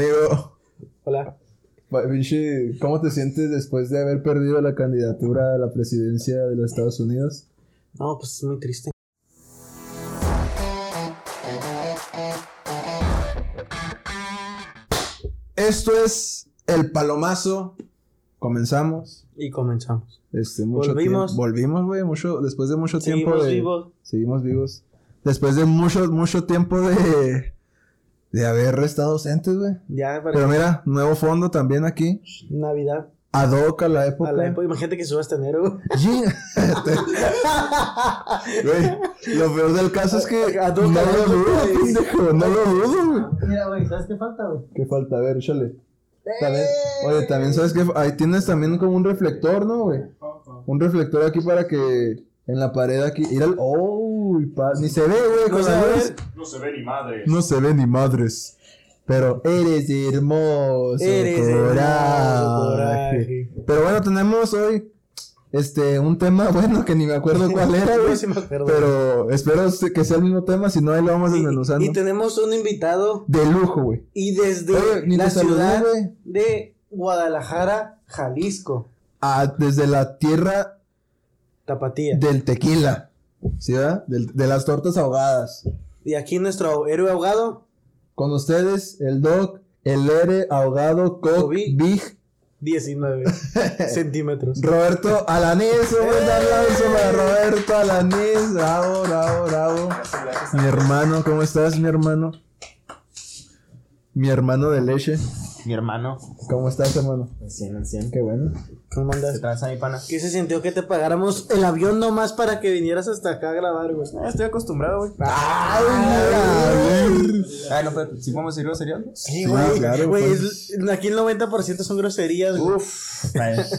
Amigo, Hola. Vinci, ¿cómo te sientes después de haber perdido la candidatura a la presidencia de los Estados Unidos? No, pues es muy triste. Esto es El Palomazo. Comenzamos. Y comenzamos. Este, mucho Volvimos. tiempo- Volvimos, güey. Mucho, después de mucho tiempo. Seguimos de- vivos. Seguimos vivos. Después de mucho, mucho tiempo de. De haber estado ausentes, güey. Ya para Pero mira, nuevo fondo también aquí. Navidad. Ad hoc a la época. A la época. Imagínate que subas hasta enero. güey. Te- Güey, lo peor del caso es que A- a no todo lo calor, dudo, güey. pendejo, no lo dudo, güey. Ah, Mira, güey, ¿sabes qué falta, güey? ¡Eh! ¿Qué falta? A ver, échale. También- oye, también sabes que ahí tienes también como un reflector, ¿no, güey? Un reflector aquí para que en la pared aquí. Ir al. ¡Oh! pa- Ni se ve, güey, No con se la ve. luz. No se ve ni madre. No se ve ni madres. Pero eres hermoso. coraje. Pero bueno, tenemos hoy este un tema bueno que ni me acuerdo cuál era, güey. Pero espero se- que sea el mismo tema, si no ahí lo vamos desmenuzando. Y, y tenemos un invitado. De lujo, güey. Y desde Oye, ni la te saludé, ciudad güey. de Guadalajara, Jalisco, Ah, desde la tierra Tapatía. del tequila. ¿Sí, verdad? Del- de las tortas ahogadas. Y aquí nuestro héroe ahogado, Con ustedes, el Doc, el Ere, ahogado, Coc, Obi. Big, 19 centímetros. Roberto Alanés. Un buen ¡Eh! aplauso para Roberto Alanés. Bravo, bravo, bravo. Mi hermano, ¿cómo estás, mi hermano? Mi hermano de leche. Mi hermano, ¿Cómo estás, hermano? anciano, anciano, Qué bueno. ¿Cómo se andas? traza mi pana. ¿Qué se sintió que te pagáramos el avión nomás para que vinieras hasta acá a grabar, güey? Ah, Ah, estoy acostumbrado, güey. ¡Ay, a ver! Ah, no, pero si podemos seguirlo serio. Sí, güey. güey. claro, Güey, pues. es- aquí el 90% son groserías, güey. Uf.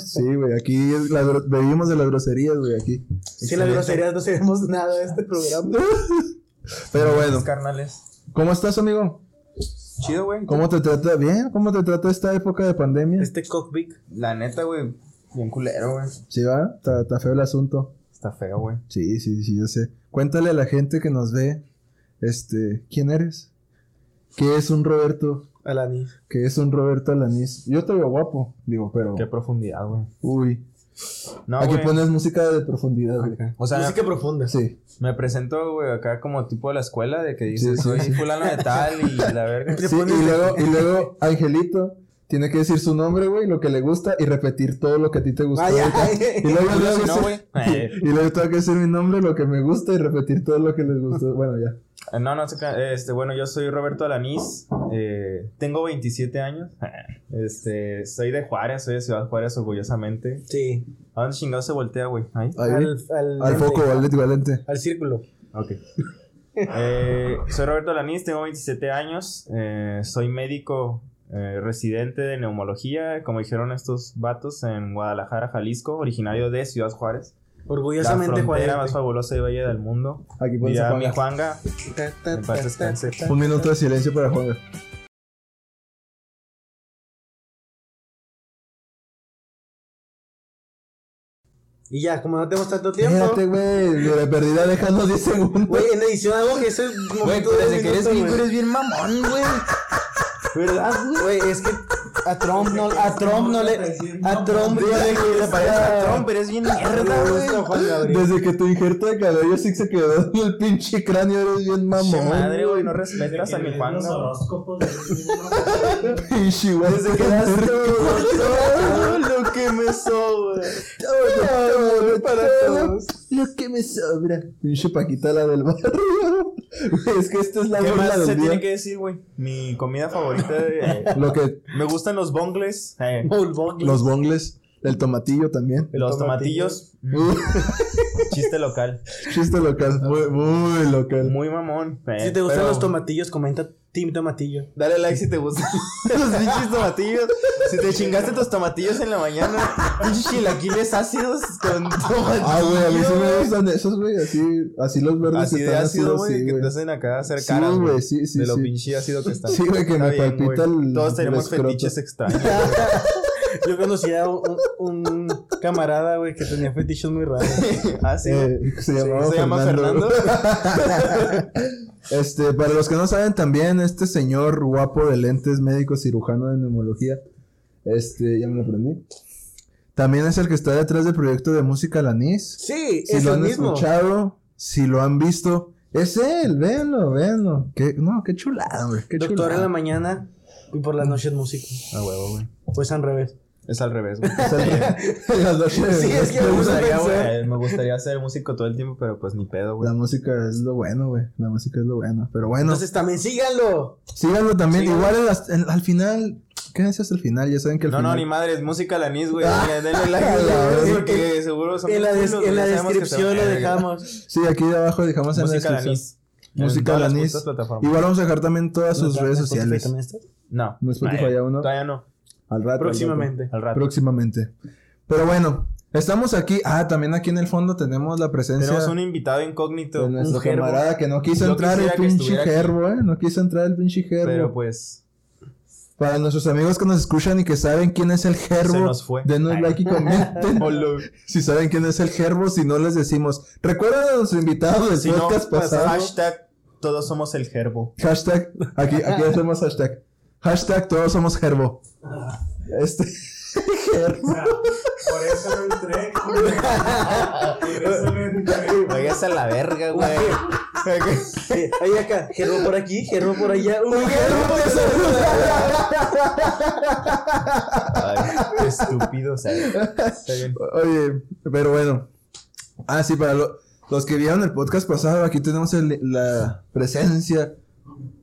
Sí, güey, aquí es la gro- bebimos de las groserías, güey, aquí. Sin las groserías no seríamos nada de este programa. Pero bueno, Los carnales. ¿cómo estás, amigo? Chido, güey. ¿Cómo te trata? ¿Bien? ¿Cómo te trata esta época de pandemia? Este cockpit. La neta, güey. Bien culero, güey. Sí, va, está, está feo el asunto. Está feo, güey. Sí, sí, sí, yo sé. Cuéntale a la gente que nos ve, este, ¿quién eres? ¿Qué es un Roberto? Alanis. ¿Qué es un Roberto Alanís? Yo te veo guapo, digo, pero... Qué Ah, profundidad, güey. Uy, No, aquí güey. pones música de profundidad, güey. O sea, Música profunda. Sí. me presento, güey, acá como tipo de la escuela de que dices, Sí, sí, soy sí. fulano de tal y la verga. Sí, y luego, y luego Angelito tiene que decir su nombre, güey, lo que le gusta y repetir todo lo que a ti te gusta. Vaya. Y luego, Pero luego si no, sí. güey. Eh, Y luego tengo que decir mi nombre, lo que me gusta y repetir todo lo que les gustó. Bueno, ya. No, no, se crea- este, bueno, yo soy Roberto Alanís, eh, tengo 27 años, este, soy de Juárez, soy de Ciudad Juárez orgullosamente. Sí. ¿A dónde chingado se voltea, güey? Ahí. Ahí. Al, al, este, Al foco, al equivalente. Al círculo. Ok. Eh, soy Roberto Alanís, tengo 27 años, eh, soy médico eh, residente de neumología, como dijeron estos vatos, en Guadalajara, Jalisco, originario de Ciudad Juárez. La Orgullosamente frontera Juárez. más fabulosa y bella del mundo. Aquí Y pones a ya mi Juanga. Juanga, Este, Ta, ta, En paz ta, descanse. ta, ta. Un minuto de silencio para Juan. Y ya, como no tenemos tanto tiempo. Fíjate, güey. De la perdida déjanos 10 segundos. Güey, en edición algo que es el momento Güey, pues, de desde un que eres minuto, gringo güey. eres bien mamón, güey. ¿Verdad, güey? Güey, es que a Trump no, a Trump no le. A Trump no le Te pareces a Trump, eres bien mierda, güey. Desde que tu injerto de cabello sí se quedó en el pinche cráneo, eres bien Che mamón. madre, güey, no respetas a mi Juan. Pinche güey. Desde que Todo lo que me sobra. para todos. Lo que me sobra. Pinche Paquita, la del barrio. Güey, es que esta es la ¿Qué burla más se del tiene día. que decir, güey? Mi comida favorita de- Lo que Me gustan los bongles. eh, los bongles, el tomatillo también. los tomatillos. Uh, Chiste local. Chiste local, muy, muy local. Muy mamón. eh, Si te gustan pero- los tomatillos, comenta Team Tomatillo. Dale like si te gustan los pinches tomatillos. Si te chingaste tus tomatillos en la mañana. Pinches chilaquiles ácidos con tomatillos. Ah, güey, a mí sí me güey. gustan esos, güey. Así, así los verdes Así de están ácido, ácidos, güey, sí, que güey. te hacen acá hacer Sí, caras, güey, güey. sí, sí, De lo sí. pinche ácido que está. Sí, güey, que me Está bien, palpita güey. el- Todos el tenemos escroto. fetiches extraños. Yo conocí a un, un camarada, güey, que tenía fetiches muy raros. Ah, sí, Eh, se llamaba se llama Fernando. Fernando. Este, para los que no saben también, este señor guapo de lentes, médico cirujano de neumología, este, ya me lo aprendí. También es el que está detrás del proyecto de música Lanis. Sí, Si es lo el han mismo. escuchado, si lo han visto, es él, véanlo, véanlo. Qué- no, qué chulada, güey, qué Doctor en chulada. la mañana y por las noches música. A huevo, güey. Pues al revés. Es al revés, güey. O sea, las dos- Sí, es que Me me gusta gustaría, pensar. güey, eh, me gustaría ser músico todo el tiempo, pero pues ni pedo, güey. La música es lo bueno, güey. La música es lo bueno. Pero bueno, Entonces también síganlo. síganlo también. síganlo. Igual en las- en- al final, quédense hasta el final. Ya saben que al No, no, final. ni madre, es música Lanis, güey. Ah, Mira, Denle like, la güey, verga. porque seguro son En la, des- culos, güey, en la ya sabemos que se descripción van a lo ver, güey. dejamos. Sí, aquí abajo dejamos en la Música descripción. Lanis. En Música todas las Lanis. putas plataformas. Igual vamos a dejar también todas sus ¿No redes está- sociales. Spotify también está? No. No, Spotify Ay, aún no. Todavía no. Al rato. al Próximamente. Al rato. rato. Próximamente. Pero bueno, estamos aquí. Ah, también aquí en el fondo tenemos la presencia Tenemos un invitado incógnito. de nuestro un gerbo, camarada que no quiso Yo entrar el quisiera que pinche estuviera aquí. gerbo, ¿eh? No quiso entrar el pinche gerbo. Pero pues. Para nuestros amigos que nos escuchan y que saben quién es el Se gerbo, nos fue. denos Ay. like y comenten. Hola. si saben quién es el gerbo, si no les decimos. Recuerden a nuestro invitado del Si no, pues podcast pasado. hashtag todos somos el gerbo. Hashtag, aquí, aquí hacemos hashtag. Hashtag todos somos gerbo. Este. gerbo. Por eso no entré. Por eso no entré. Váyase a la verga, güey. Eh, Ahí acá, Gerbo por aquí, Gerbo por allá. Un Gerbo Gerbo te saluda. Ay, qué estúpido, o sea. Está bien. Oye, pero bueno. Ah, sí, para lo- los que vieron el podcast pasado, aquí tenemos el- la presencia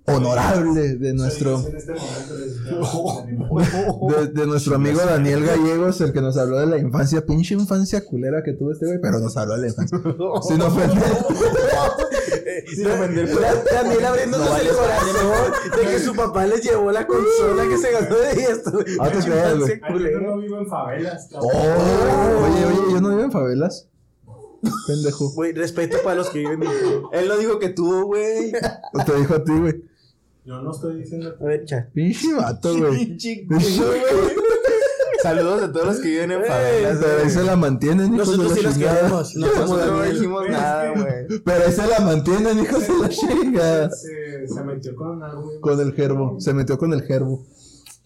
honorable de nuestro. En este momento les digo, De, de nuestro amigo Daniel Gallegos, el que nos habló de la infancia, pinche infancia culera que tuvo este güey, pero nos habló de la infancia. Sin ofender. Sin ofender, pero- Eh, La- Daniel abriéndose No el corazón de que su papá les llevó la consola que se ganó de esto. Ah, te creas, güey. este "Ay, yo no vivo en favelas. cabrón". Oh, oye, oye, yo no vivo en favelas. Pendejo. Güey, respeto para los que viven. en- Él lo dijo que tú, güey. Te dijo a ti, güey. Yo no estoy diciendo. A ver, cha. Pinche vato, güey. Pinche- Saludos a todos los que viven en Ey, favelas. Pero ahí se la mantienen, hijos de Nosotros Pues, la sí los chingada. Pues, queremos. Nosotros Nosotros no también. dijimos nada, güey. Pero ahí se la mantienen, hijos de la chingada. Se, se metió con algo. bien- Con el gerbo. Se metió con el gerbo.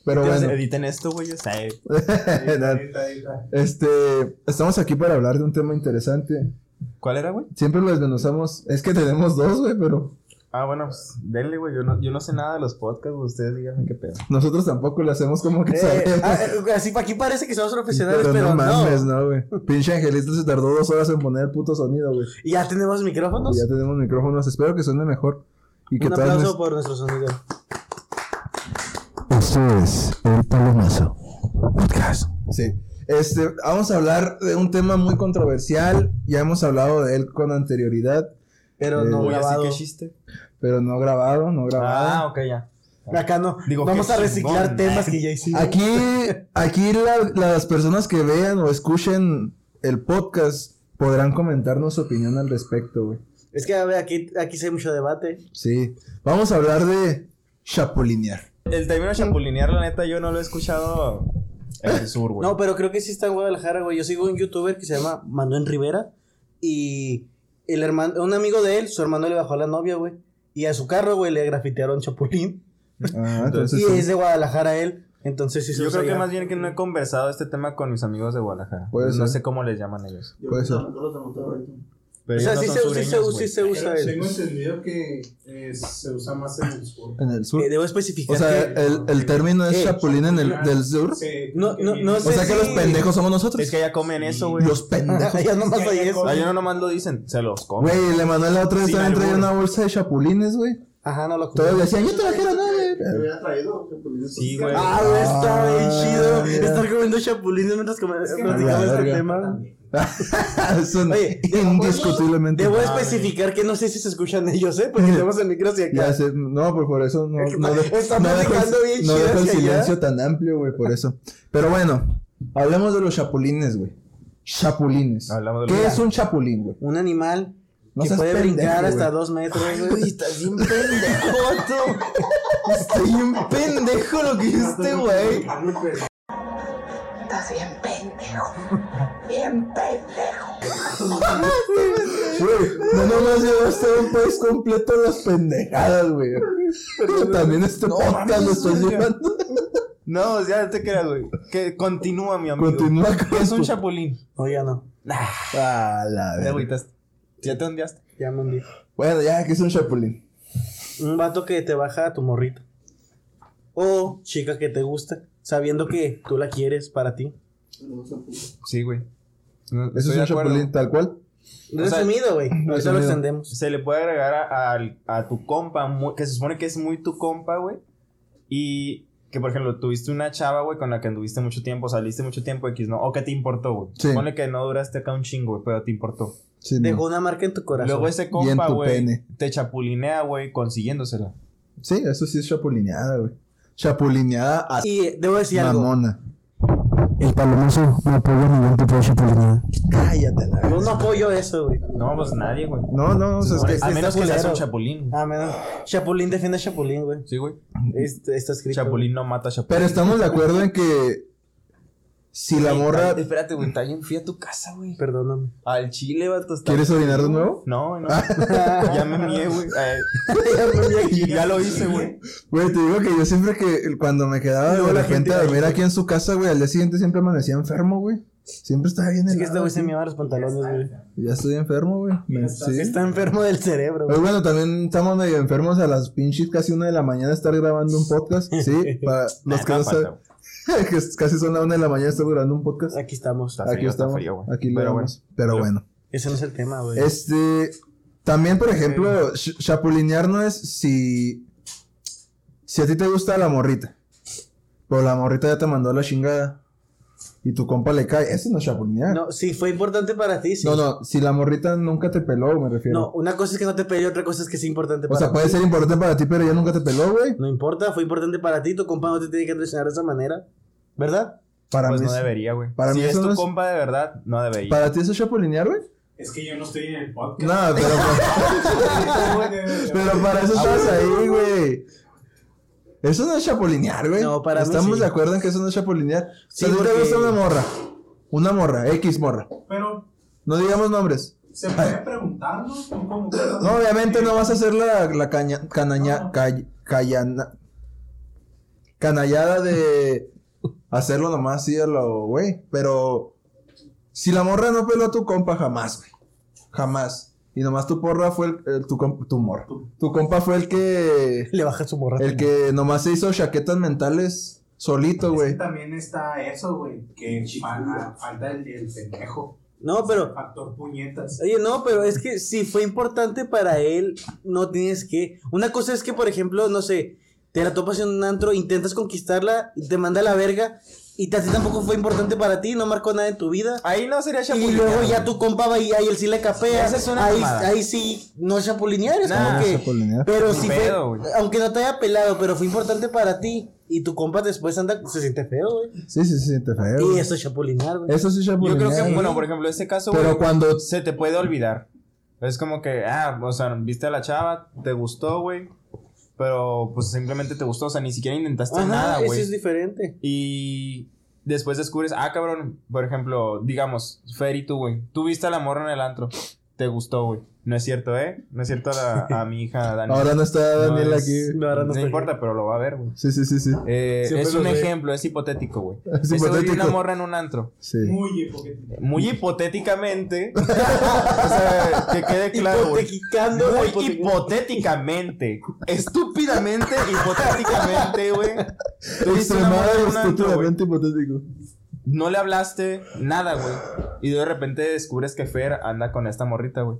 Pero bueno. Editen esto, güey. O sea, eh, Ahí está, ahí está, ahí está. Este, estamos aquí para hablar de un tema interesante. ¿Cuál era, güey? Siempre lo desmenuzamos. Es que tenemos dos, güey, pero Ah, bueno, pues, denle, güey. Yo no, yo no sé nada de los podcasts, güey. Ustedes díganme qué pedo. nosotros tampoco lo hacemos como que Eh, sabemos. ah, eh, así pa' aquí parece que somos profesionales, pero, pero, no no. mames, no, güey. Pinche Angelito se tardó dos horas en poner el puto sonido, güey. Y ya tenemos micrófonos. Ya tenemos micrófonos. Espero que suene mejor. Y que Un todas aplauso por nuestro sonido. nuestras- Esto es El Palomazo Podcast. Sí. Este, vamos a hablar de un tema muy controversial. Ya hemos hablado de él con anterioridad, Pero no Uy, así grabado. que chiste. pero no grabado, no grabado. Ah, ok, ya. Acá no. Digo, Vamos qué a reciclar chingón. temas que ya hicimos. Aquí, aquí la- las personas que vean o escuchen el podcast podrán comentarnos su opinión al respecto, güey. Es que a ver, aquí, aquí sí hay mucho debate. Sí. Vamos a hablar de chapulinear. El término chapulinear, la neta, yo no lo he escuchado en el sur, güey. No, pero creo que sí está en Guadalajara, güey. Yo sigo un youtuber que se llama Manuel Rivera. Y el hermano, un amigo de él, su hermano le bajó a la novia, güey. Y a su carro, güey, le grafitearon Chapulín. Ah, entonces. y sí. es de Guadalajara él. Entonces sí se yo usa creo que allá. más bien que no he conversado este tema con mis amigos de Guadalajara. Puede ser. no sé cómo les llaman ellos. Yo Puede ser. tampoco lo tomo todo ahorita. Pero O sea, ellos sí, no se, son sí se sureños, usa, sí güey. se usa Pero él. Tengo entendido que eh, se usa más en el sur. En el sur. Eh, debo O especificar sea, que- el, el término es Eh, chapulín en el del sur. Sí, No, que no, viene- no O sé sea que si- los pendejos somos nosotros. Es que allá comen eso, güey. Los pendejos. ya nomás hay eso. Allá no nomás lo dicen, se los ah. comen. Güey, el Emanuel la otra vez Sin también traía albur. una bolsa de chapulines, güey. Ajá, no lo Todos compré. decían, yo te la quiero, no, eh. Te güey. hubiera traído. pues, Sí, eso. güey. Ah, güey, está bien Ah, chido mira. estar comiendo chapulines mientras come- Es que platicamos la este verga. tema. Eso no- Oye, indiscutiblemente. Debo especificar que no sé si se escuchan ellos, ¿eh? Porque tenemos el micro hacia Ya acá. sé, no, pues por eso no, no, de- Está no dejo, manejando bien no chido dejo el hacia allá. silencio tan amplio, güey, por eso. Pero bueno, hablemos de los chapulines, güey. Chapulines. Hablamos de ¿Qué los- es un chapulín, güey? Un animal No que seas puede pendejo, brincar güey. hasta dos metros, güey. estás bien pendejo, Estoy bien pendejo lo que hiciste, güey. Ah, no, pero- Estás bien pendejo. Bien pendejo. Güey, no nomás llevaste a un país completo en las pendejadas, güey. Pero también este podcast lo estoy llevando. No, ya te creas, güey. Que continúa, mi amigo. Continúa ¿Qué con es un tu- chapulín? No, ya no. Ah, la Te verga. agüitaste. Ya te ondeaste. Ya me hundí. Bueno, ya, que es un chapulín. Un vato que te baja a tu morrito. O chica que te gusta, sabiendo que tú la quieres para ti. Sí, güey. Eso Estoy es de un acuerdo. chapulín tal cual. sea, Resumido, güey. Ahorita resumido. lo extendemos. Se le puede agregar a, al- a tu compa, mu- que se supone que es muy tu compa, güey. Y que, por ejemplo, tuviste una chava, güey, con la que anduviste mucho tiempo, saliste mucho tiempo, X, ¿no? O que te importó, güey. Sí. Supone que no duraste acá un chingo, güey, pero te importó. Sí, Dejó no. una marca en tu corazón. Luego ese Y en compa, tu güey, pene. te chapulinea, güey, consiguiéndosela. Sí, eso sí es chapulineada, güey. Chapulineada a Y eh, debo decir algo. mamona. El palomazo no apoya ningún tipo de chapulinidad. Cállate, la verga. Yo no apoyo eso, güey. No, pues nadie, güey. No, no, o sea, es que. a está menos que seas culero. un chapulín. Ah, menos. Chapulín defiende a Chapulín, güey. Sí, güey. Este- está escrito. Chapulín no mata a chapulín. Pero estamos de acuerdo en que. Si la morra. Espérate, güey, está bien fui a tu casa, güey. güey. Perdóname. Al chile, vato. está- ¿Quieres orinar de nuevo? No, no. ya me mié, güey. Eh, ya lo hice, güey. Güey, te digo que yo siempre que cuando me quedaba de la gente a dormir aquí en su casa, güey, al día siguiente siempre amanecía enfermo, güey. Siempre estaba bien Es helado. que este güey se así. me va los pantalones, güey. Ya estoy enfermo, güey. Me- Sí. Está enfermo del cerebro, güey. Pero bueno, también estamos medio enfermos a las pinches casi una de la mañana estar grabando un podcast. Sí, para los Nah, que Ah, no no falta, saben, que es- casi son la una de la mañana estar grabando un podcast. Aquí estamos. Está Aquí frío, está estamos, frío, güey. aquí lo Pero vemos. Pero Pero- bueno. Ese no es el tema, güey. Este, también, por ejemplo, ch- chapulinear no es si, si a ti te gusta la morrita, pero la morrita ya te mandó a la chingada y tu compa le cae, eso no es chapulinear. No, No, sí, fue importante para ti, sí. no, si la morrita nunca te peló, me refiero. No, una cosa es que no te pedí, otra cosa es que es importante o para sea, ti. puede ser importante para ti, pero ella nunca te peló, güey. No importa, fue importante para ti, tu compa no te tiene que traicionar de esa manera. ¿Verdad? Para Pues mí, no es- debería, güey. para si mí es eso tu no es- compa de verdad, no debería. para ti eso es chapulinear, güey. Es que yo no estoy en el podcast. No, pero, pues, pero para eso Ah, estás ahí, güey. Eso no es chapulinear, güey. No, para mí Estamos sí. de acuerdo en que eso no es chapulinear. si Sí, a ti porque- te gusta una morra, una morra, X morra. Pero No digamos nombres. se puede preguntarnos o cómo. No, obviamente no vas a hacer la, la caña, canaña, No. call- callana- canallada de hacerlo nomás así a lo güey. Pero si la morra no peló a tu compa, jamás, güey. Jamás. Y nomás tu porra fue el, el- tu, comp- tu morra. Tu compa fue el que. Le baja su morra. El que nomás se hizo chaquetas mentales solito, Es que güey. También está eso, güey, que fa- falta el, el pendejo. No, pero. Factor puñetas. Oye, no, pero es que si fue importante para él, no tienes que. Una cosa es que, por ejemplo, no sé, te la topas en un antro, intentas conquistarla, y te manda a la verga, y a ti tampoco fue importante para ti, no marcó nada en tu vida. Ahí no sería Y chapulinear. luego güey. ya tu compa va y ahí él sí le capea. Esa es una ahí, mamada. ahí sí, no es chapulinear, es Nah, como no que- es chapulinear. Pero Ni sí pedo, fue- güey. aunque no te haya pelado, pero fue importante para ti. Y tu compa después anda, se siente feo, güey. Sí, sí, se siente feo. Y güey. eso es chapulinear, güey. Eso sí, Yo creo que, chapulinear, bueno, güey. por ejemplo, este caso, güey, ¿eh? Pero cuando se te puede olvidar. Es como que, ah, o sea, viste a la chava, te gustó, güey. Pero, pues, simplemente te gustó. O sea, ni siquiera intentaste Ajá, nada, eso güey. es diferente. Y después descubres, ah, cabrón, por ejemplo, digamos, Fer y tú, güey. Tú viste a la morra en el antro. Te gustó, güey. No es cierto, ¿eh? No es cierto a, la- a mi hija Dani. Ahora no está No Daniel es- aquí. No, No, ahora no estoy. importa, pero lo va a ver, güey. Sí, sí, sí, sí. Eh, Siempre es un lo ve. ejemplo, es hipotético, güey. Es Ese güey vio hipotético. una morra en un antro. Sí. Muy porque Muy hipotéticamente. o sea, que quede claro, güey. Hipotequicando, Muy hipotequicando. hipotéticamente, estúpidamente, hipotéticamente, güey. Tuviste una morra en un antro, güey. Extremadamente hipotético. No le hablaste nada, güey. Y de repente descubres que Fer anda con esta morrita, güey.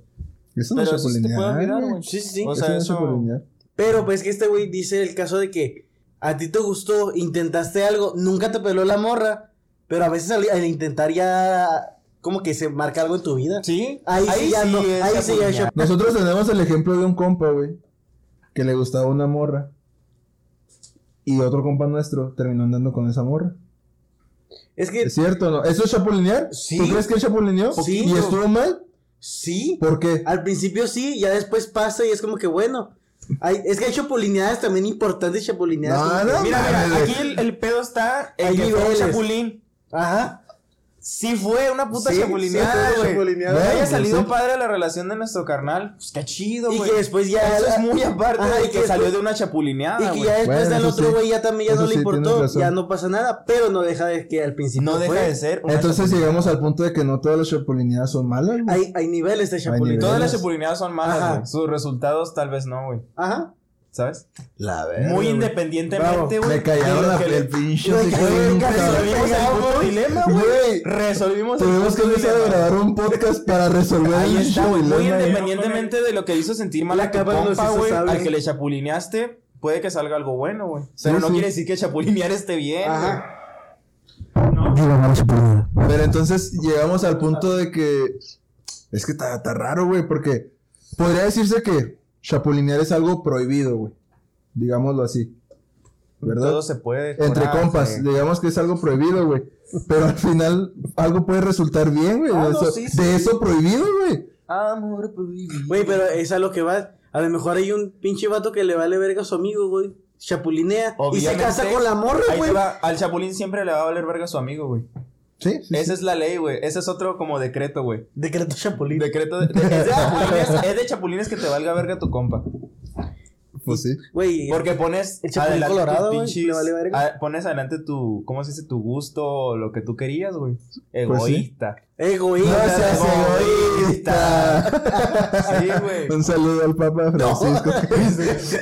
Eso no es Pero eso se te puede olvidar, chapulinear. güey. Sí, sí, sí. O Eso sea, no es eso. chapulinear. Pero pues que este güey dice el caso de que a ti te gustó, intentaste algo, nunca te peló la morra, pero a veces al, al intentar ya como que se marca algo en tu vida. Sí, Ahí sí ya no, es ahí sí ya es chapulinear. Nosotros tenemos el ejemplo de un compa, güey, que le gustaba una morra. Y otro compa nuestro terminó andando con esa morra. Es que ¿Es cierto o no? ¿Eso es chapulinear? Sí. ¿Tú crees que él chapulineó? Sí. ¿Y estuvo mal? sí, ¿Por qué? al principio sí, ya después pasa y es como que bueno. hay- es que hay chapulineadas también importantes chapulineadas. No, como que- no, Mira, mames, mira, güey. aquí el, el pedo está Hay en que fue un niveles. chapulín. Ajá. Sí fue una puta Sí, sí fue chapulineada, una güey. chapulineada. Que haya Bueno, salido sí. padre la relación de nuestro carnal. Pues qué chido, Y güey. que después ya. Eso es muy aparte Ajá, y de que que salió después- de una Y chapulineada, que güey. ya después Bueno, del eso otro sí. güey ya también ya Eso no le sí, tienes importó, razón. ya no pasa nada, pero no deja de que al principio No deja fue. de ser una Entonces llegamos al punto de que no todas las chapulineadas son malas, güey. Hay, hay niveles de chapulín. niveles. Todas las Vergas. chapulineadas son malas, Ajá. güey. Sus resultados tal vez no, güey. Ajá. ¿Sabes? La Muy güey. independientemente, güey. Me callaron de lo la- que le- el pinche Güey, hocico que de un venga, cabrón. Resolvimos el puto dilema, güey. Güey, Resolvimos el Tuvimos que puto empezar a dilema. grabar un podcast para resolver Ahí el está, güey. Muy dilema. independientemente de lo que hizo sentir mal La a tu cámara no se compa, güey, sabe. al que le chapulineaste, puede que salga algo bueno, güey. Pero Sí, no sí. quiere decir que chapulinear esté bien, güey. Ajá. Pero entonces llegamos al punto de que. Es que está está raro, güey, porque podría decirse que chapulinear es algo prohibido, güey. Digámoslo así. ¿Verdad? Todo se puede. Entre mejorar, compas, güey. digamos que es algo prohibido, güey. Pero al final algo puede resultar bien, güey. Ah, de no, eso, sí, sí. de eso prohibido, güey. Amor prohibido. Güey, pero es a lo que va. A lo mejor hay un pinche vato que le vale verga a su amigo, güey. Chapulinea Obviamente, y se casa con la morra, Ahí te güey. va, Al chapulín siempre le va a valer verga a su amigo, güey. Sí, sí, Esa es la ley, güey. Ese es otro como decreto, güey. Decreto chapulín. Decreto de, de- es, de chapulines, es de chapulines que te valga verga tu compa. pues sí. Güey, Porque pones El chapulín adelante colorado, tus güey, pinches- le vale verga. a- pones adelante tu, ¿cómo se dice? Tu gusto, o lo que tú querías, güey. Egoísta. No egoísta. seas egoísta. Sí, güey. Un saludo al Papa Francisco. que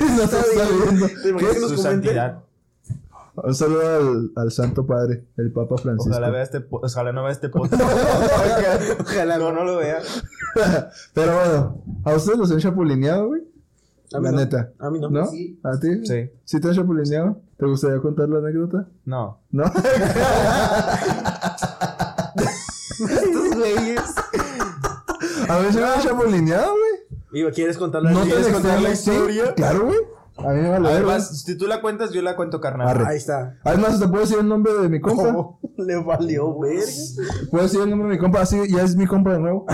nos está viendo. que nos Su comente. santidad. Un saludo al, al Santo Padre, el Papa Francisco. Ojalá, vea este, po- ojalá no vea este podcast. Ojalá. no, no lo vea. Pero bueno, ¿a ustedes los han chapulineado, güey? A mí La no. neta. A mí no. ¿No? Sí. ¿A ti? Sí. ¿Sí te han chapulineado? ¿Te gustaría contar la anécdota? No. ¿No? Estos güeyes. A mí se me han chapulineado, güey. Digo, ¿quieres contarlo? ¿No te ¿Quieres contar extraño, la sí? historia? Claro, güey. A mí me vale verga. Además, si tú la cuentas, yo la cuento, carnal. Arre. Ahí está. Además, te puedo decir el nombre de mi compa. ¿Cómo? Le valió verga. Puedo decir el nombre de mi compa. Así ya es mi compa de nuevo.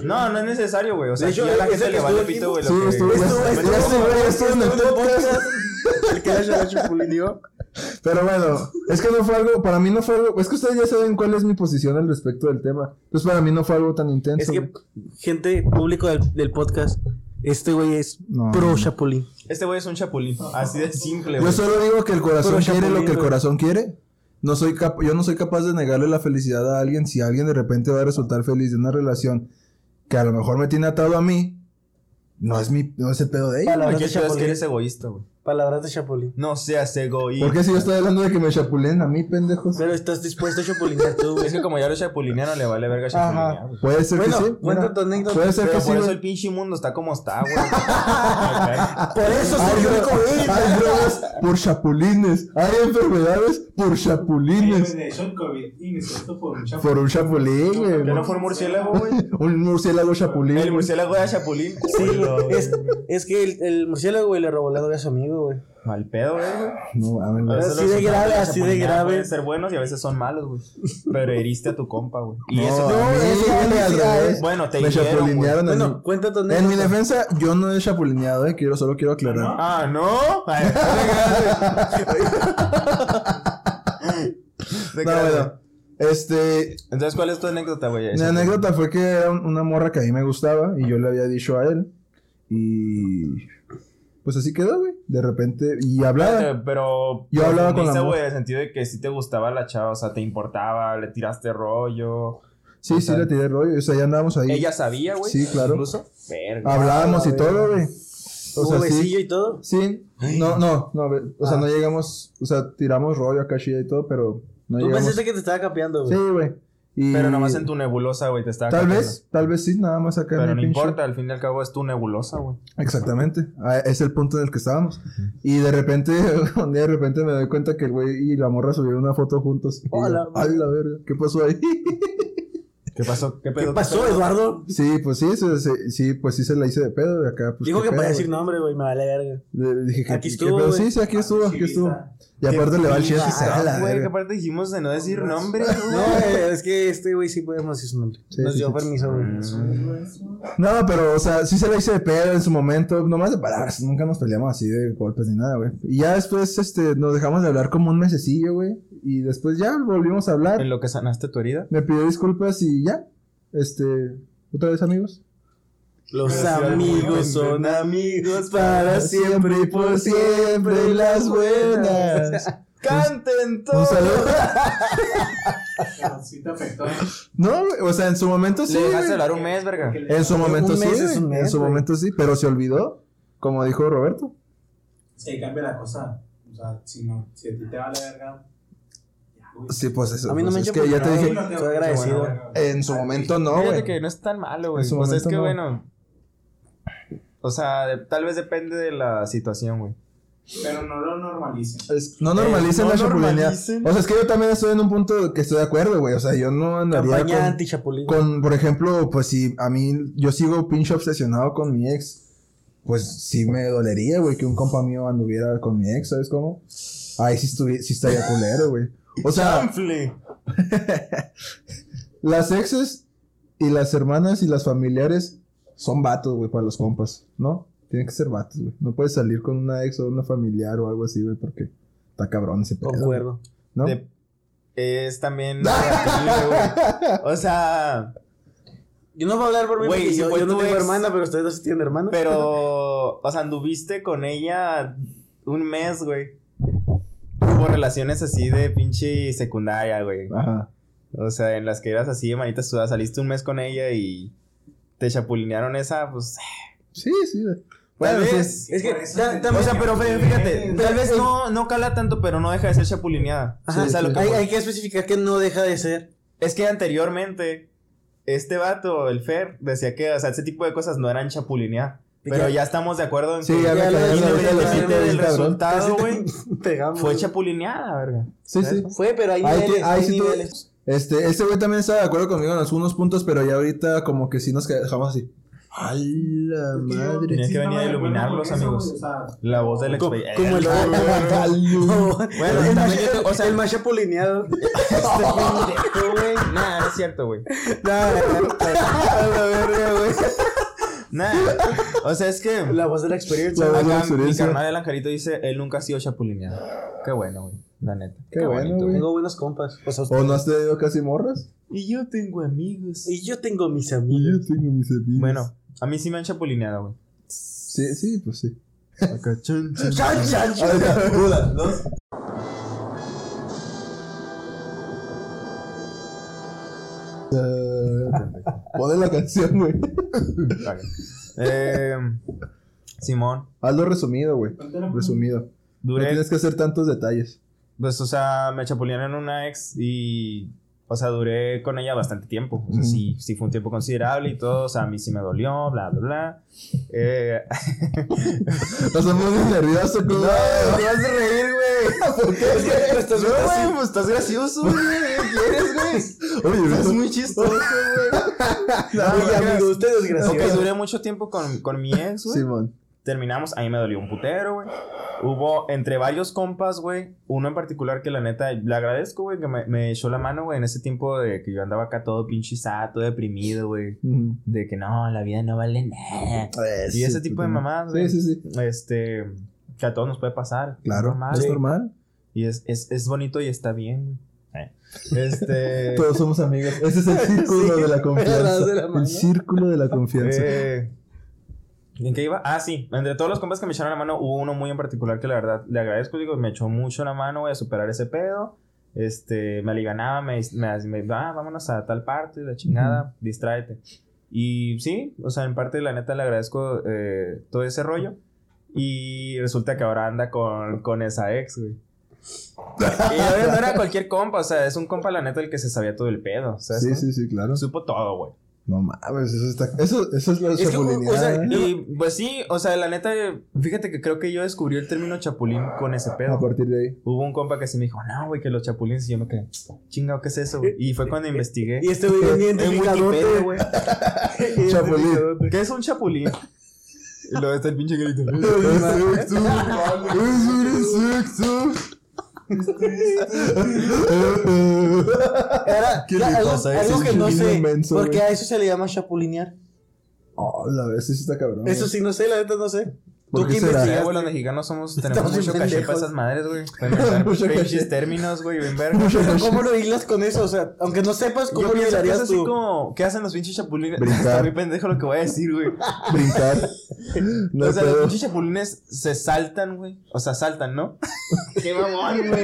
No, no es necesario, güey. O sea, De hecho, ya la es gente el le que vale estuvo pito, güey. Sí, lo que- estuvo- estuvo- estuvo- estuvo en el podcast. El que la chapulineó. Pero bueno, es que no fue algo. Para mí no fue algo. Es que ustedes ya saben cuál es mi posición al respecto del tema. Entonces, para mí no fue algo tan intenso. Es que, güey. gente, público del, del podcast, este güey es No. pro chapulín. Este güey es un chapulín. Así de simple, Yo güey. solo digo que el corazón Pero quiere lo Chapulín, que el güey. corazón quiere. No soy cap- yo no soy capaz de negarle la felicidad a alguien si alguien de repente va a resultar feliz de una relación que a lo mejor me tiene atado a mí. No es mi, no es el pedo de ella. Lo Palabras que de sabes que chapulín. eres egoísta, güey. Palabras de chapulín. No seas egoísta. Porque si yo estoy hablando de que me chapulen a mí, pendejos. Pero estás dispuesto a chapulinear tú, güey. Es que como ya lo chapulinearon, le vale verga chapulinear, güey. Puede ser Bueno, que sí. cuenta mira. tu anécdota. Puede ser Pero que por sí. eso güey. el pinche mundo está como está, güey. Ok. Por eso Hay, soy dro- rico, güey. hay drogas por chapulines. Hay enfermedades por chapulines. De hecho, el COVID inició por un chapulín. Por un chapulín, güey. Que no fue un murciélago, güey. Un murciélago chapulín. El güey. murciélago era chapulín. Sí, Culo, güey. es, es que el, el murciélago, güey, le robó la novia a su amigo, güey. Mal pedo, güey, güey. No mames, A güey. veces Así los de grave, resultados así de chapulinear grave. Pueden ser buenos y a veces son malos, güey. Pero heriste a tu compa, güey. Y No, eso a mí eso me ya vale al lo hacía, revés. eh. Bueno, te Me hirieron, güey. chapulinearon a mí. Bueno, cuenta tu En mi anécdota. defensa, yo no he chapulineado, eh. Quiero, solo quiero aclarar. Ah, ¿no? Ay, No, te creas, güey. bueno. Este, Entonces, ¿cuál es tu anécdota, güey? mi anécdota fue que era un- una morra que a mí me gustaba y yo le había dicho a él. Y. Pues así quedó, güey. De repente. Y hablaba. Espérate, Pero. Yo hablaba con la profundizó, morra. güey, en el sentido de que sí te gustaba la chava, o sea, te importaba, le tiraste rollo. Sí, sí, le tiré rollo. O sea, ya andábamos ahí. Ella sabía, güey. Sí, claro. Incluso. Verga. Hablábamos y todo, güey. O Hubo sea, besillo sí. y todo. Sí. No, no, no. ve- O sea, no llegamos. O sea, tiramos rollo acá chida y todo, pero no Tú llegamos. pensaste que te estaba capeando, Sí, güey. güey. Y- Pero nomás en tu nebulosa, güey, te estaba. Tal cayendo. vez, tal vez sí, nada más acá en Pero el no pinche- importa, al fin y al cabo es tu nebulosa, Ah, güey. Exactamente. Ah, Es el punto en el que estábamos. Y de repente, un día de repente me doy cuenta que el güey y la morra subieron una foto juntos. Y yo, Hola, A la verga, ¿qué pasó ahí? ¿Qué pasó? ¿Qué ¿Qué pedo? pasó, Eduardo? Sí, pues sí, se- se- sí, pues sí se la hice de pedo. y Acá, pues, Dijo qué que pedo, güey. podía decir nombre, güey, me vale verga. Le- dije que Aquí que- estuvo, que pedo. güey. Sí, sí, aquí estuvo, aquí estuvo. Y aparte le va el chiste. chivista, a la Güey, que verga. aparte dijimos de no decir nombre, No, eh, es que este güey sí podemos decir su nombre. Sí, Nos sí, dio sí. permiso, güey. Mm. No, pero, o sea, sí se la hice de pedo en su momento, nomás de palabras, nunca nos peleamos así de golpes ni nada, güey. Y ya después, este, nos dejamos de hablar como un mesecillo, güey. Y después ya volvimos a hablar. En lo que sanaste tu herida. Me pidió disculpas y ya. Este, otra vez, amigos. Los Pero sí, amigos algunos son intentan- amigos para siempre y por siempre las buenas. ¡Canten Pues, Un todos! saludo. Sí, te afectó. ¿eh? No, güey, o sea, en su momento sí. Le dejaste güey. hablar un mes, verga. En su momento Un sí, mes es güey. un mes, en su güey. momento sí, pero se olvidó, como dijo Roberto. Sí, cambia la cosa. O sea, si, no, si a ti te vale verga. ya, güey. Sí, pues eso. A mí no pues, me es echa que ya te por dije, nada, estoy agradecido. en su momento no, Fíjate güey. que no es tan malo, güey. En su Pues es momento que, no. bueno. O sea, de- tal vez depende de la situación, güey. Pero no lo normalicen. Es- no normalicen Eh, no la chapulineada. normalicen. O sea, es que yo también estoy en un punto que estoy de acuerdo, güey. O sea, yo no andaría Campaña con, anti-chapulín. con, por ejemplo, pues si a mí, yo sigo pinche obsesionado con mi ex, pues sí me dolería, güey, que un compa mío anduviera con mi ex, ¿sabes cómo? Ahí sí, estuvi- sí estaría culero, güey. O sea, las exes y las hermanas y las familiares son vatos, güey, para los compas, ¿no? Tienen que ser vatos, güey. No puedes salir con una ex o una familiar o algo así, güey, porque está cabrón ese pedo. güey, Concuerdo. ¿No? De- es también. relativo, güey. o sea, Yo no voy a hablar por mí Güey, porque si yo, fue yo no tu tengo ex- hermana, pero ustedes dos sí tienen hermana. pero. O sea, anduviste con ella un mes, güey. Hubo relaciones así de pinche secundaria, güey. Ajá. O sea, en las que eras así de manita sudada, saliste un mes con ella y te chapulinearon esa, pues. Sí, sí. güey. Tal Bueno, pues, sí. vez. Es que Por eso ta- te- también- O sea, pero fíjate, fíjate, tal vez Eh, no, no cala tanto, pero no deja de ser chapulineada. Ajá, O sea, lo que- hay, hay que especificar que no deja de ser. Es que anteriormente, este vato, el Fer, decía que, o sea, ese tipo de cosas no eran chapulineadas. Pero ya estamos de acuerdo en Sí, que ya me Ya caí lo en la dije, verga, la independientemente verga, del cabrón. resultado, Ah, güey, Pegamos. fue chapulineada, verga. Sí, sí. Fue, pero hay Ahí, niveles. ti- ahí hay sí tuve- niveles. Este, este güey también estaba de acuerdo conmigo en algunos puntos, pero ya ahorita como que sí nos qued- dejamos así. A la madre. Tenías que venir a iluminarlos, amigos. La voz del eh, Co- experiencia. Como el Bueno, el, también más- yo te- o sea- el más chapulineado. este güey. Nah, no es cierto, güey. Nah. O sea, es que. La voz de la experiencia. La voz de la Acá mi experiencia. carnal el Angelito dice, él nunca ha sido chapulineado. Qué bueno, güey. La neta. Qué bueno, bonito, güey. Tengo buenos compas. O sea, ¿O no has tenido casi morras? Y yo tengo amigos. Y yo tengo mis amigos. Yo tengo mis amigos. Bueno, a mí sí me han chapulineado, güey. Sí, sí, pues sí. Acá, chun, chun. Una, dos. Pon Ah, la canción, güey. Vale. Eh, Simón, Hazlo resumido, güey. Resumido. No duré. tienes que hacer tantos detalles. Pues, o sea, me chapulinearon una ex y. O sea, duré con ella bastante tiempo. O sea, Ujú. sí, sí fue un tiempo considerable y todo. O sea, a mí sí me dolió, bla, bla, bla. Eh, Nos hemos nerviosos, güey. vas a reír, güey. ¿Por qué? Estás, no, güey, pues estás gracioso, güey. ¿Qué quieres, güey? Oye, Estás ¿ves? muy chistoso, güey. Ay, No, porque- amigo, usted es gracioso. Ok, duré mucho tiempo con, con mi ex, güey. Simón. Terminamos, a mí me dolió un putero, güey. Hubo entre varios compas, güey. Uno en particular que la neta le agradezco, güey, que me, me echó la mano, güey, en ese tiempo de que yo andaba acá todo pinche sad, todo deprimido, güey. Ujú. De que no, la vida no vale nada. Y ese tipo de mamadas, Sí, güey. sí, sí. Este, que a todos nos puede pasar. Claro, Normal, es güey. normal. Y es, es, es bonito y está bien, güey. Eh. Este. Todos somos amigos. Ese es el círculo Sí, de la agarras de la confianza. mano. el círculo de la confianza. Eh, ¿En qué iba? Ah, sí. Entre todos los compas que me echaron la mano, hubo uno muy en particular que la verdad le agradezco. Digo, me echó mucho la mano, voy a superar ese pedo. Este, me alivianaba, me, me, me- ah, vámonos a tal parte, la chingada, distráete. Y sí, o sea, en parte la neta le agradezco eh, todo ese rollo. Y resulta que ahora anda con, con esa ex, güey. Y a ver, no era cualquier compa, o sea, es un compa la neta el que se sabía todo el pedo. ¿sabes sí, cómo? sí, sí, claro. Supo todo, güey. No mames, eso está. Eso, eso es lo de Es que, o- o sea, chapulinear, ¿eh? y, pues sí, o sea, la neta, fíjate que creo que yo descubrí el término chapulín con ese ¿eh? A pedo. partir de ahí. Hubo un compa que se me dijo, no, güey, que los chapulines. Y yo me quedé, chingado, ¿qué es eso? güey?" Y fue cuando investigué. Y este güey es bien En identificadote. Wikipedia, güey. Chapulín. ¿Qué es un chapulín? Y luego está el pinche grito. Exacto, exacto. Era, ¿Qué ya, le algo, pasa a ese algo que no niño sé. inmenso, porque güey? a eso se le llama chapulinear. Oh, la vez, eso sí está cabrón. Eso güey. sí, no sé, la neta no sé. ¿Por ¿Tú qué qué será? Sí, investigas? güey, los mexicanos somos, tenemos Estamos mucho bien caché para pendejos. esas madres, güey. Para inventar Mucho caché. pinches términos, güey, bien verga. Mucho Yo caché. ¿Cómo lo hilas con eso? O sea, aunque no sepas cómo lo pienso que es hilarías así tú. como, ¿qué hacen los pinches chapulines? Brincar. Está muy pendejo lo que voy a decir, güey. Brincar. No o sea, los puedo. pinches chapulines se saltan, güey. O sea, saltan, ¿no? Qué mamón, güey.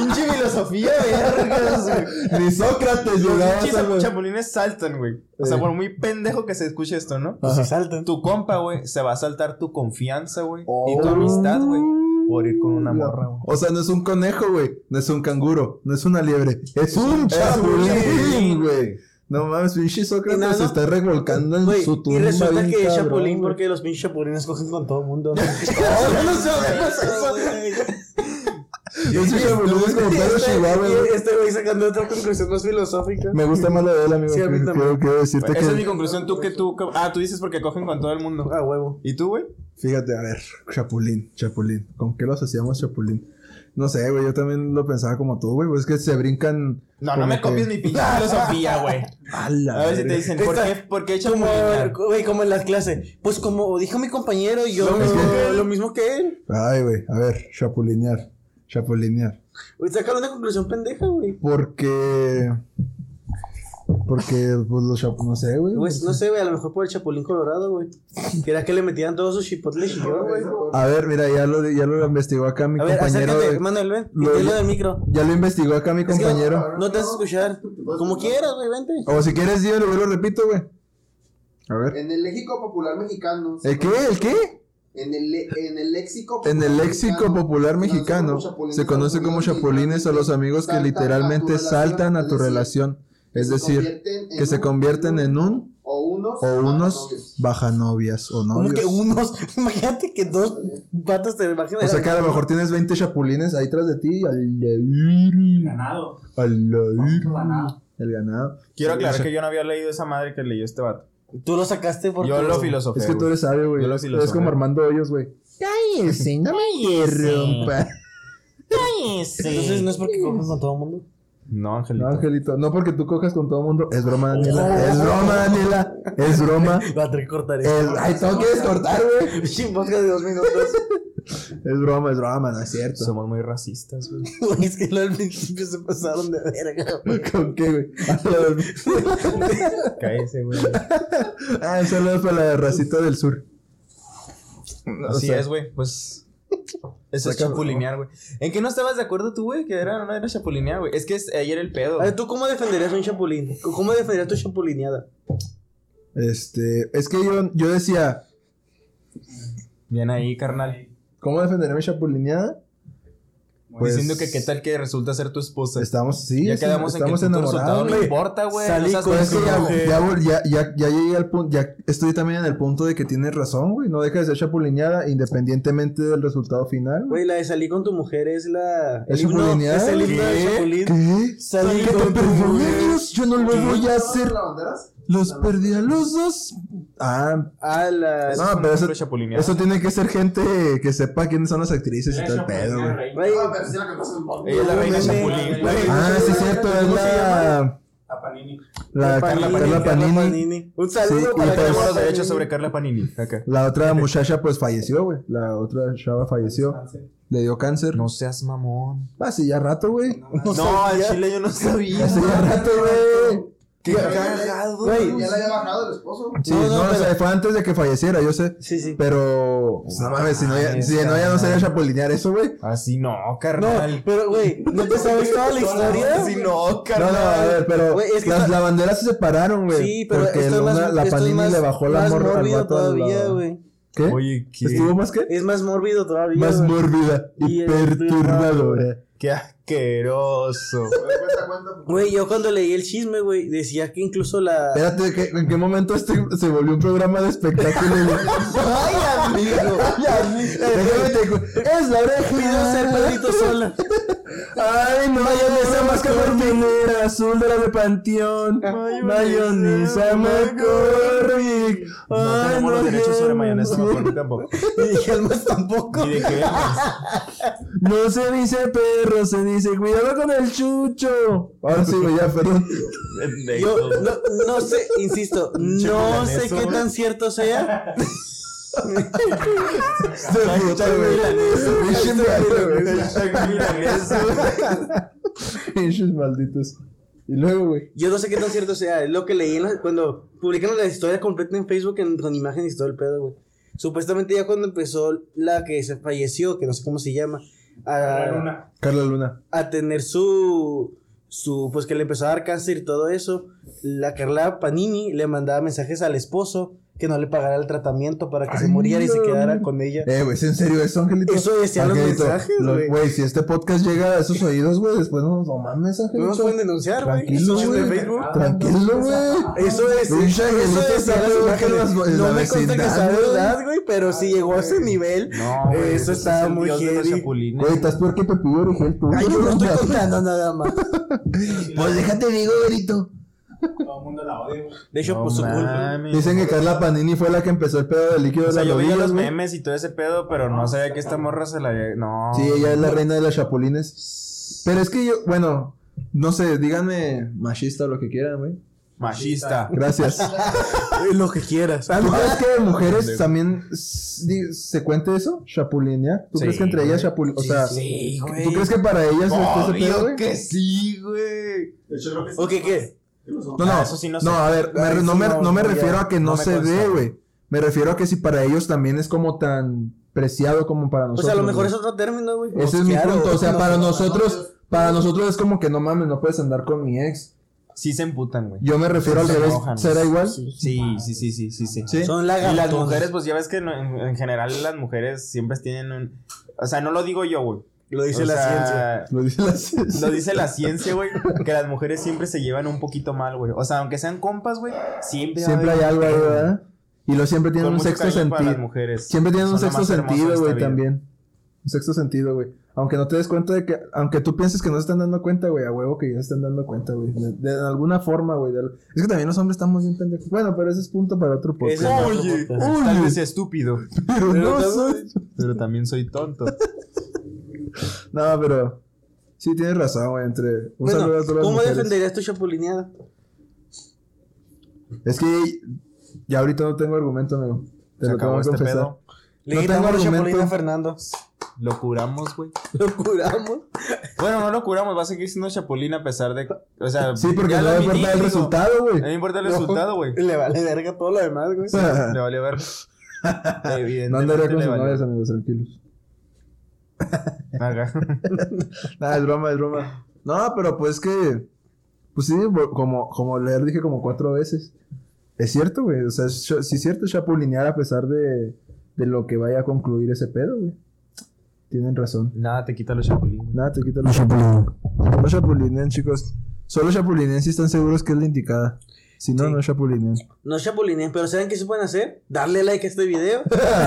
Pinche filosofía, vergas, güey. Ni Sócrates llegaba Los a pinches los... chapulines saltan, güey. O sea, Eh. por muy pendejo que se escuche esto, ¿no? Ajá. saltan. Tu compa, güey, se va a saltar tu confianza, güey. Oh. Y tu amistad, güey. Por ir con una morra, güey. O sea, no es un conejo, güey. No es un canguro. No es una liebre. Es un chapulín, chapulín, güey. No mames, pinche Sócrates Enano. se está revolcando en Güey, su y tumba. resulta bien que es cabrón, chapulín güey. porque los pinches chapulines cogen con todo mundo. ¿no? Yo no sé dónde pasó eso, güey. Ese chapulín es como perro Este- chihuahua, güey. Este güey sacando otra conclusión más filosófica. Me gusta más lo de él, amigo. Sí, a mí Quiero- también. quiero decirte Esa es mi que. conclusión. Tú que tú. cab- Ah, tú dices porque cogen con todo el mundo. A Ah, huevo. ¿Y tú, güey? Fíjate, a ver, Chapulín, Chapulín. ¿Con qué lo asociamos, Chapulín? No sé, güey, yo también lo pensaba como tú, güey. Pues es que se brincan. No, no me como que- copies mi pinche filosofía, güey. A la A ver si te verga. dicen, ¿por Esta- qué, ¿por qué Como, chapulinear? güey, como en las clases. Pues como dijo mi compañero, yo Lo mismo que él. lo mismo que él. Ay, güey, a ver, Chapulinear, Chapulinear. Güey, saca una conclusión pendeja, Mm. güey. Porque. Porque, pues los chapulines, no sé, güey. Pues no sé, güey, a lo mejor por el chapulín colorado, güey. Que era que le metían todos sus chipotles y yo, güey. A ver, mira, ya lo, ya lo investigó acá mi A ver, compañero. acércate, güey. Manuel, ven. Lo- Dile del micro. Ya lo investigó acá mi Es que no- compañero. No, te vas a escuchar. Como quieras, güey, vente. O si quieres, yo lo repito, güey. A ver. En el léxico popular mexicano. ¿El qué? ¿El qué? En el, le- en el léxico En el léxico popular se conoce mexicano como chapulines se conoce a los como amigos que chapulines a los amigos que saltan a tu literalmente relación, saltan a es tu decir, relación, que es se decir, convierten en que se un- convierten en un O unos. o unos novios. bajanovias o Como que novios. unos. Imagínate que dos patas te bajen. de O sea la- que a lo mejor tienes 20 chapulines ahí tras de ti, al ir, Ganado. al ir, Ganado. el ganado. Quiero aclarar que yo no había leído esa madre que leyó este vato. Tú lo sacaste porque. Yo lo filosofé. Es que tú eres sabio, güey. Yo lo Es filosofé. como Armando Hoyos, güey. Cállese, no me rompa. Entonces no es porque coges con todo el mundo. No, Angelito. No, Angelito, no porque tú cojas con todo el mundo. Es broma, Daniela. Es broma, Daniela. Es broma. Va a tener que cortar eso. Es, Eh, ay, todo quieres cortar, güey. Pinche podcast de dos minutos. Es broma, es broma, no es cierto. Somos muy racistas, güey. Güey, es que lo al principio se pasaron de verga, güey. ¿Con qué, güey? Habla del- Cállese, güey. ah, un saludo para la racita del sur. Así O sea, es, güey. Pues. Eso es Saca- chapulinear, güey. ¿En qué no estabas de acuerdo tú, güey? Que era, no era chapulinear, güey. Es que es, ayer el pedo. Ah, A ver, ¿tú cómo defenderías un chapulín? ¿Cómo defenderías tu chapulineada? Este, es que yo, yo decía, Bien ahí, carnal. ¿cómo defenderé mi chapulineada? Pues- Diciendo que qué tal que resulta ser tu esposa. Estamos, sí, ya sí, quedamos en que estamos el puto resultado enamorados. no güey. importa, güey. Salí No seas con Pues es que pendejo. ya, ya, vol- ya, ya- ya llegué al punto, ya estoy también en el punto de que tienes razón, güey. No deja de ser chapulineada independientemente del resultado final. güey. Güey, la de salir con tu mujer es la. ¿Es el himno- chapulineada? Es el himno del ¿Qué? chapulín. ¿Qué? Salí ¿Qué con te tu mujer. perdí? Yo no lo voy a hacer. ¿Las banderas? Los perdí a los dos. Ah, A la. No, No, pero eso- pero chapulinear. Eso tiene que ser gente que sepa quiénes son las actrices y todo el pedo, pues, güey. Güey, Ah, pero sí la conoces un poco. Ella es la reina Meme. chapulín, güey. Ah, sí, es cierto, es la. A Panini. La Carla Carla Panini. Un saludo Sí, y para pues- Tenemos Carla los derechos Panini. sobre Carla Panini. Acá. La otra muchacha, pues falleció, güey. La otra chava falleció. Le dio cáncer. No seas mamón. Hace ya rato, güey. No, al sabía. chile yo no sabía. Hace ya rato, güey. Qué cagado. Güey. Ya le había bajado el esposo. Sí, no, No, no, o sea, pero- fue antes de que falleciera, yo sé. Sí, sí. Pero. pues, no mames, si no, ya, si no, ya no sería chapulinear eso, güey. Así no, No, carnal. pero güey, ¿no te sabes toda la historia? Así no, No, no, a carnal. ver, pero Güey, es que las está- lavanderas se separaron, güey. Sí, pero porque esto es la- más, la esto es Panini más- le bajó la más morra al mórbido vato. al- todavía, güey. ¿Qué? Oye, ¿qué? ¿Estuvo más qué? Es más mórbido todavía. más güey. mórbida y, Y es perturbadora. Qué asqueroso. Cuenta, cuenta. Güey, yo cuando leí el chisme, güey, decía que incluso la. Espérate, ¿qué- ¿en qué momento este se volvió un programa de espectáculo? Ay, amigo. Déjame te cu- Es la Pido ser oreja. Pedrito sola. Ay, no, mayonesa más que cornera, azul de la de Panteón. Ah. Mayonesa McCormick. No Ay, tenemos los derechos sobre Germán. mayonesa McCormick tampoco. Y Helmut tampoco. Ni de cremas. No se dice perro, se dice cuidado con el chucho. Ahora sí, güey, ya, perdón. Pendejo. Yo no, no sé, insisto, no sé milaneso, qué güey. tan cierto sea. Este puto, güey. Pinches malditos, güey. Pinches malditos. Y luego, güey. Yo no sé qué tan cierto sea. Es lo que leí en la- cuando publicaron la historia completa en Facebook en- con imágenes y todo el pedo, güey. Supuestamente ya cuando empezó la que se falleció, que no sé cómo se llama, Era a, una. Carla Luna. a tener su, su. Pues que le empezó a dar cáncer y todo eso. La Carla Panini le mandaba mensajes al esposo que no le pagara el tratamiento para que se Ay, muriera y se no, quedara no. con ella. Eh, güey, ¿es en serio eso, Angelito? Eso decían los Angelito, mensajes, lo- güey. Güey, si este podcast llega a esos oídos, güey, después no nos no mames, No nos Angelito. pueden denunciar, güey. Tranquilo, Eso es de güey. Facebook. Tranquilo, güey. Eso es. Luis Eso Angelito es sabe las lo que imágenes. las- en No la me consta que sea vecindad, güey. verdad, güey, pero si llegó a ese nivel, No, güey, eso ese es estaba el muy dios de los heavy. chapulines. Güey, estás peor que Pepillo Origel, tú. Ay, yo no estoy contando nada más. Pues déjate digo, Verito. Todo el mundo la odia, güey. De hecho, No por su culpa. mames. Dicen que Carla Panini fue la que empezó el pedo del líquido O sea, de yo la veía los güey. memes y todo ese pedo, pero no sabía que esta morra se la había. No. Sí, ella es la reina de las chapulines. Pero es que yo, bueno, no sé, díganme machista o lo que quieran, güey. Machista. Gracias. Lo que quieras. ¿Tú crees que de mujeres Pendejo. también s- di- se cuente eso? ¿Chapulinear? ¿Tú Sí, crees que entre ellas chapul... O sea, Sí, güey. ¿tú crees que para ellas esté ese pedo, Obvio güey? que sí, güey. De hecho, creo que ¿O qué qué? No, no, Ah, eso sí no sé. no, a ver, me re- Eso no, me, no, no me ya, refiero a que no, no me se consta. ve, güey. Me refiero a que si para ellos también es como tan preciado como para Pues nosotros. a lo mejor güey. es otro término, güey. Ese es mi Mosquear, punto. O sea, para nosotros, nosotros- para nosotros es como que no mames, no puedes andar con mi ex. Sí se emputan, güey. Yo me refiero al Se revés, enojan. ¿será igual? Sí, sí, sí, sí, sí, sí. ¿Sí? Son Y las lagartones. mujeres, pues ya ves que no- en, en general las mujeres siempre tienen un... O sea, no lo digo yo, güey. Lo dice O la sea, ciencia. Lo dice la Lo dice la ciencia, güey, que las mujeres siempre se llevan un poquito mal, güey. O sea, aunque sean compas, güey, siempre, va a Siempre hay haber- algo ahí, ¿verdad? Y lo siempre Con tienen un mucho sexto cariño para las sentido. mujeres. Siempre tienen un Son lo sexto más hermoso de sentido, esta güey, vida. también. Un sexto sentido, güey. Aunque no te des cuenta de que, aunque tú pienses que no se están dando cuenta, güey, a huevo que ya se están dando cuenta, güey. De, de alguna forma, güey. de algo. Es que también los hombres estamos bien pendejos. Bueno, pero ese es punto para otro podcast. Ese es otro Oye, punto. tal vez sea estúpido, pero Pero no también- soy. pero también soy tonto. No, pero. Sí, tienes razón, güey. Entre. Un saludo a Bueno, todas las ¿cómo mujeres. defenderías tu chapulineada? Es que ya ahorita no tengo argumento, amigo. Te Se lo tengo acabó que este confesar. pedo. Le No tengo quitamos la argumento. chapulina a Fernando. Lo curamos, güey. Lo curamos. Bueno, no lo curamos, va a seguir siendo chapulín a pesar de... O sea, Sí, porque ya no lo le admití, importa el digo. resultado, No güey. me importa el No. resultado, güey. Le vale verga todo lo demás, güey. Le valió ver. Evidentemente No andaría con le sus valió. novias, amigos, tranquilos. Ajá. Nada, es broma, es broma. No, pero pues que. Pues sí, bo- como, como leer dije como cuatro veces. Es cierto, güey. O sea, es cha- sí es cierto, chapulinear a pesar de, de lo que vaya a concluir ese pedo, güey. Tienen razón. Nada, te quita los chapulín. Nada, te quita los chapulines. No chapulinen, chicos. Solo chapulinen si están seguros que es la indicada. Si no, Sí. no chapulinen. No chapulines, pero ¿saben qué se pueden hacer? Darle like a este video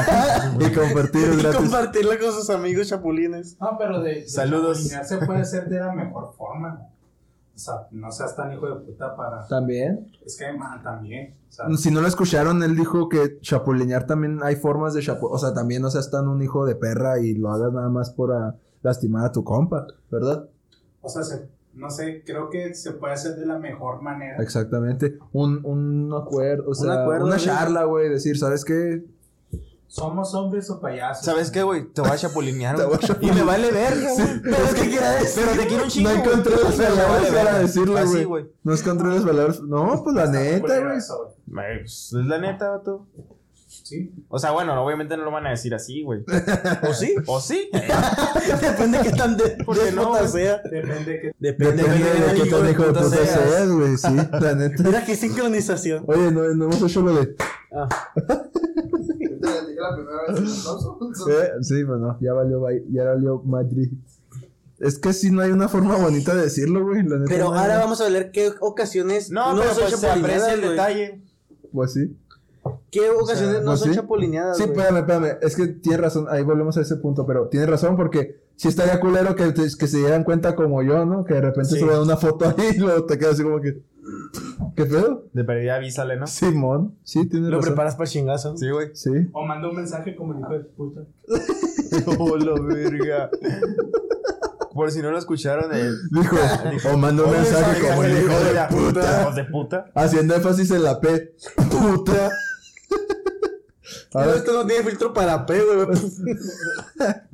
y compartir es y gratis. compartirlo con sus amigos chapulines. No, pero de, de Saludos. chapulinear se puede hacer de la mejor forma. güey. O sea, no seas tan hijo de puta para. También. Es que man, también. O sea, Pues, Si no lo escucharon, él dijo que chapulinear también hay formas de chapu... O sea, también no seas tan un hijo de perra y lo hagas nada más por ah, lastimar a tu compa, ¿verdad? o sea se- no sé, creo que se puede hacer de la mejor manera. Exactamente. Un, un acuerdo, o sea, acuerdo, una sí. charla, güey. Decir, ¿sabes qué? Somos hombres o payasos. ¿Sabes qué, güey? Te voy a chapulinear. Te güey. voy a Y chapulinear. me vale verga, güey. Pero es que quiera decir. Pero te quiero un chingo. No güey. encontré las Pero me palabras vale para verga. decirle, Así, güey. güey. No encontré las palabras. No, pues la neta, güey. Eso, Ay, pues, Es la neta, vato. Sí. O sea, bueno, obviamente no lo van a decir así, güey. ¿O sí? ¿O sí? Depende de qué tan de, Porque no, déspota güey. sea. Depende que. Depende Depende, de qué tan hijo de puta seas, güey. Sí, la neta. Mira qué sincronización. Oye, no, no hemos hecho lo de. Ah, Te la dije la primera vez. ¿no? Eh, sí, bueno, ya valió, Bay- ya valió Madrid. Es que si no hay una forma bonita de decirlo, güey. la neta Pero no hay- ahora vamos a ver qué ocasiones No, pero son pues se chapulineadas, aprecia el güey. detalle. Pues sí. ¿Qué ocasiones no pues son sí. chapulineadas, Sí, Ah, güey? espérame, espérame. Es que tienes razón. Ahí volvemos a ese punto. Pero tienes razón porque sí estaría culero que, te- que se dieran cuenta como yo, ¿no? Que de repente Sí. suben una foto ahí y luego te quedas así como que... ¿Qué pedo? De perdida avísale, Ah. ¿no? Simón. Sí, tienes Lo razón. preparas para el chingazo. Sí, güey. Sí. O mandó un mensaje como el hijo de puta. Hola, Oh, verga. Por si no lo escucharon, eh, el... Dijo, o mandó un mensaje como el hijo de puta. Hijos de puta. Haciendo énfasis en la P. Puta. Ahora, Esto no tiene filtro para P, güey.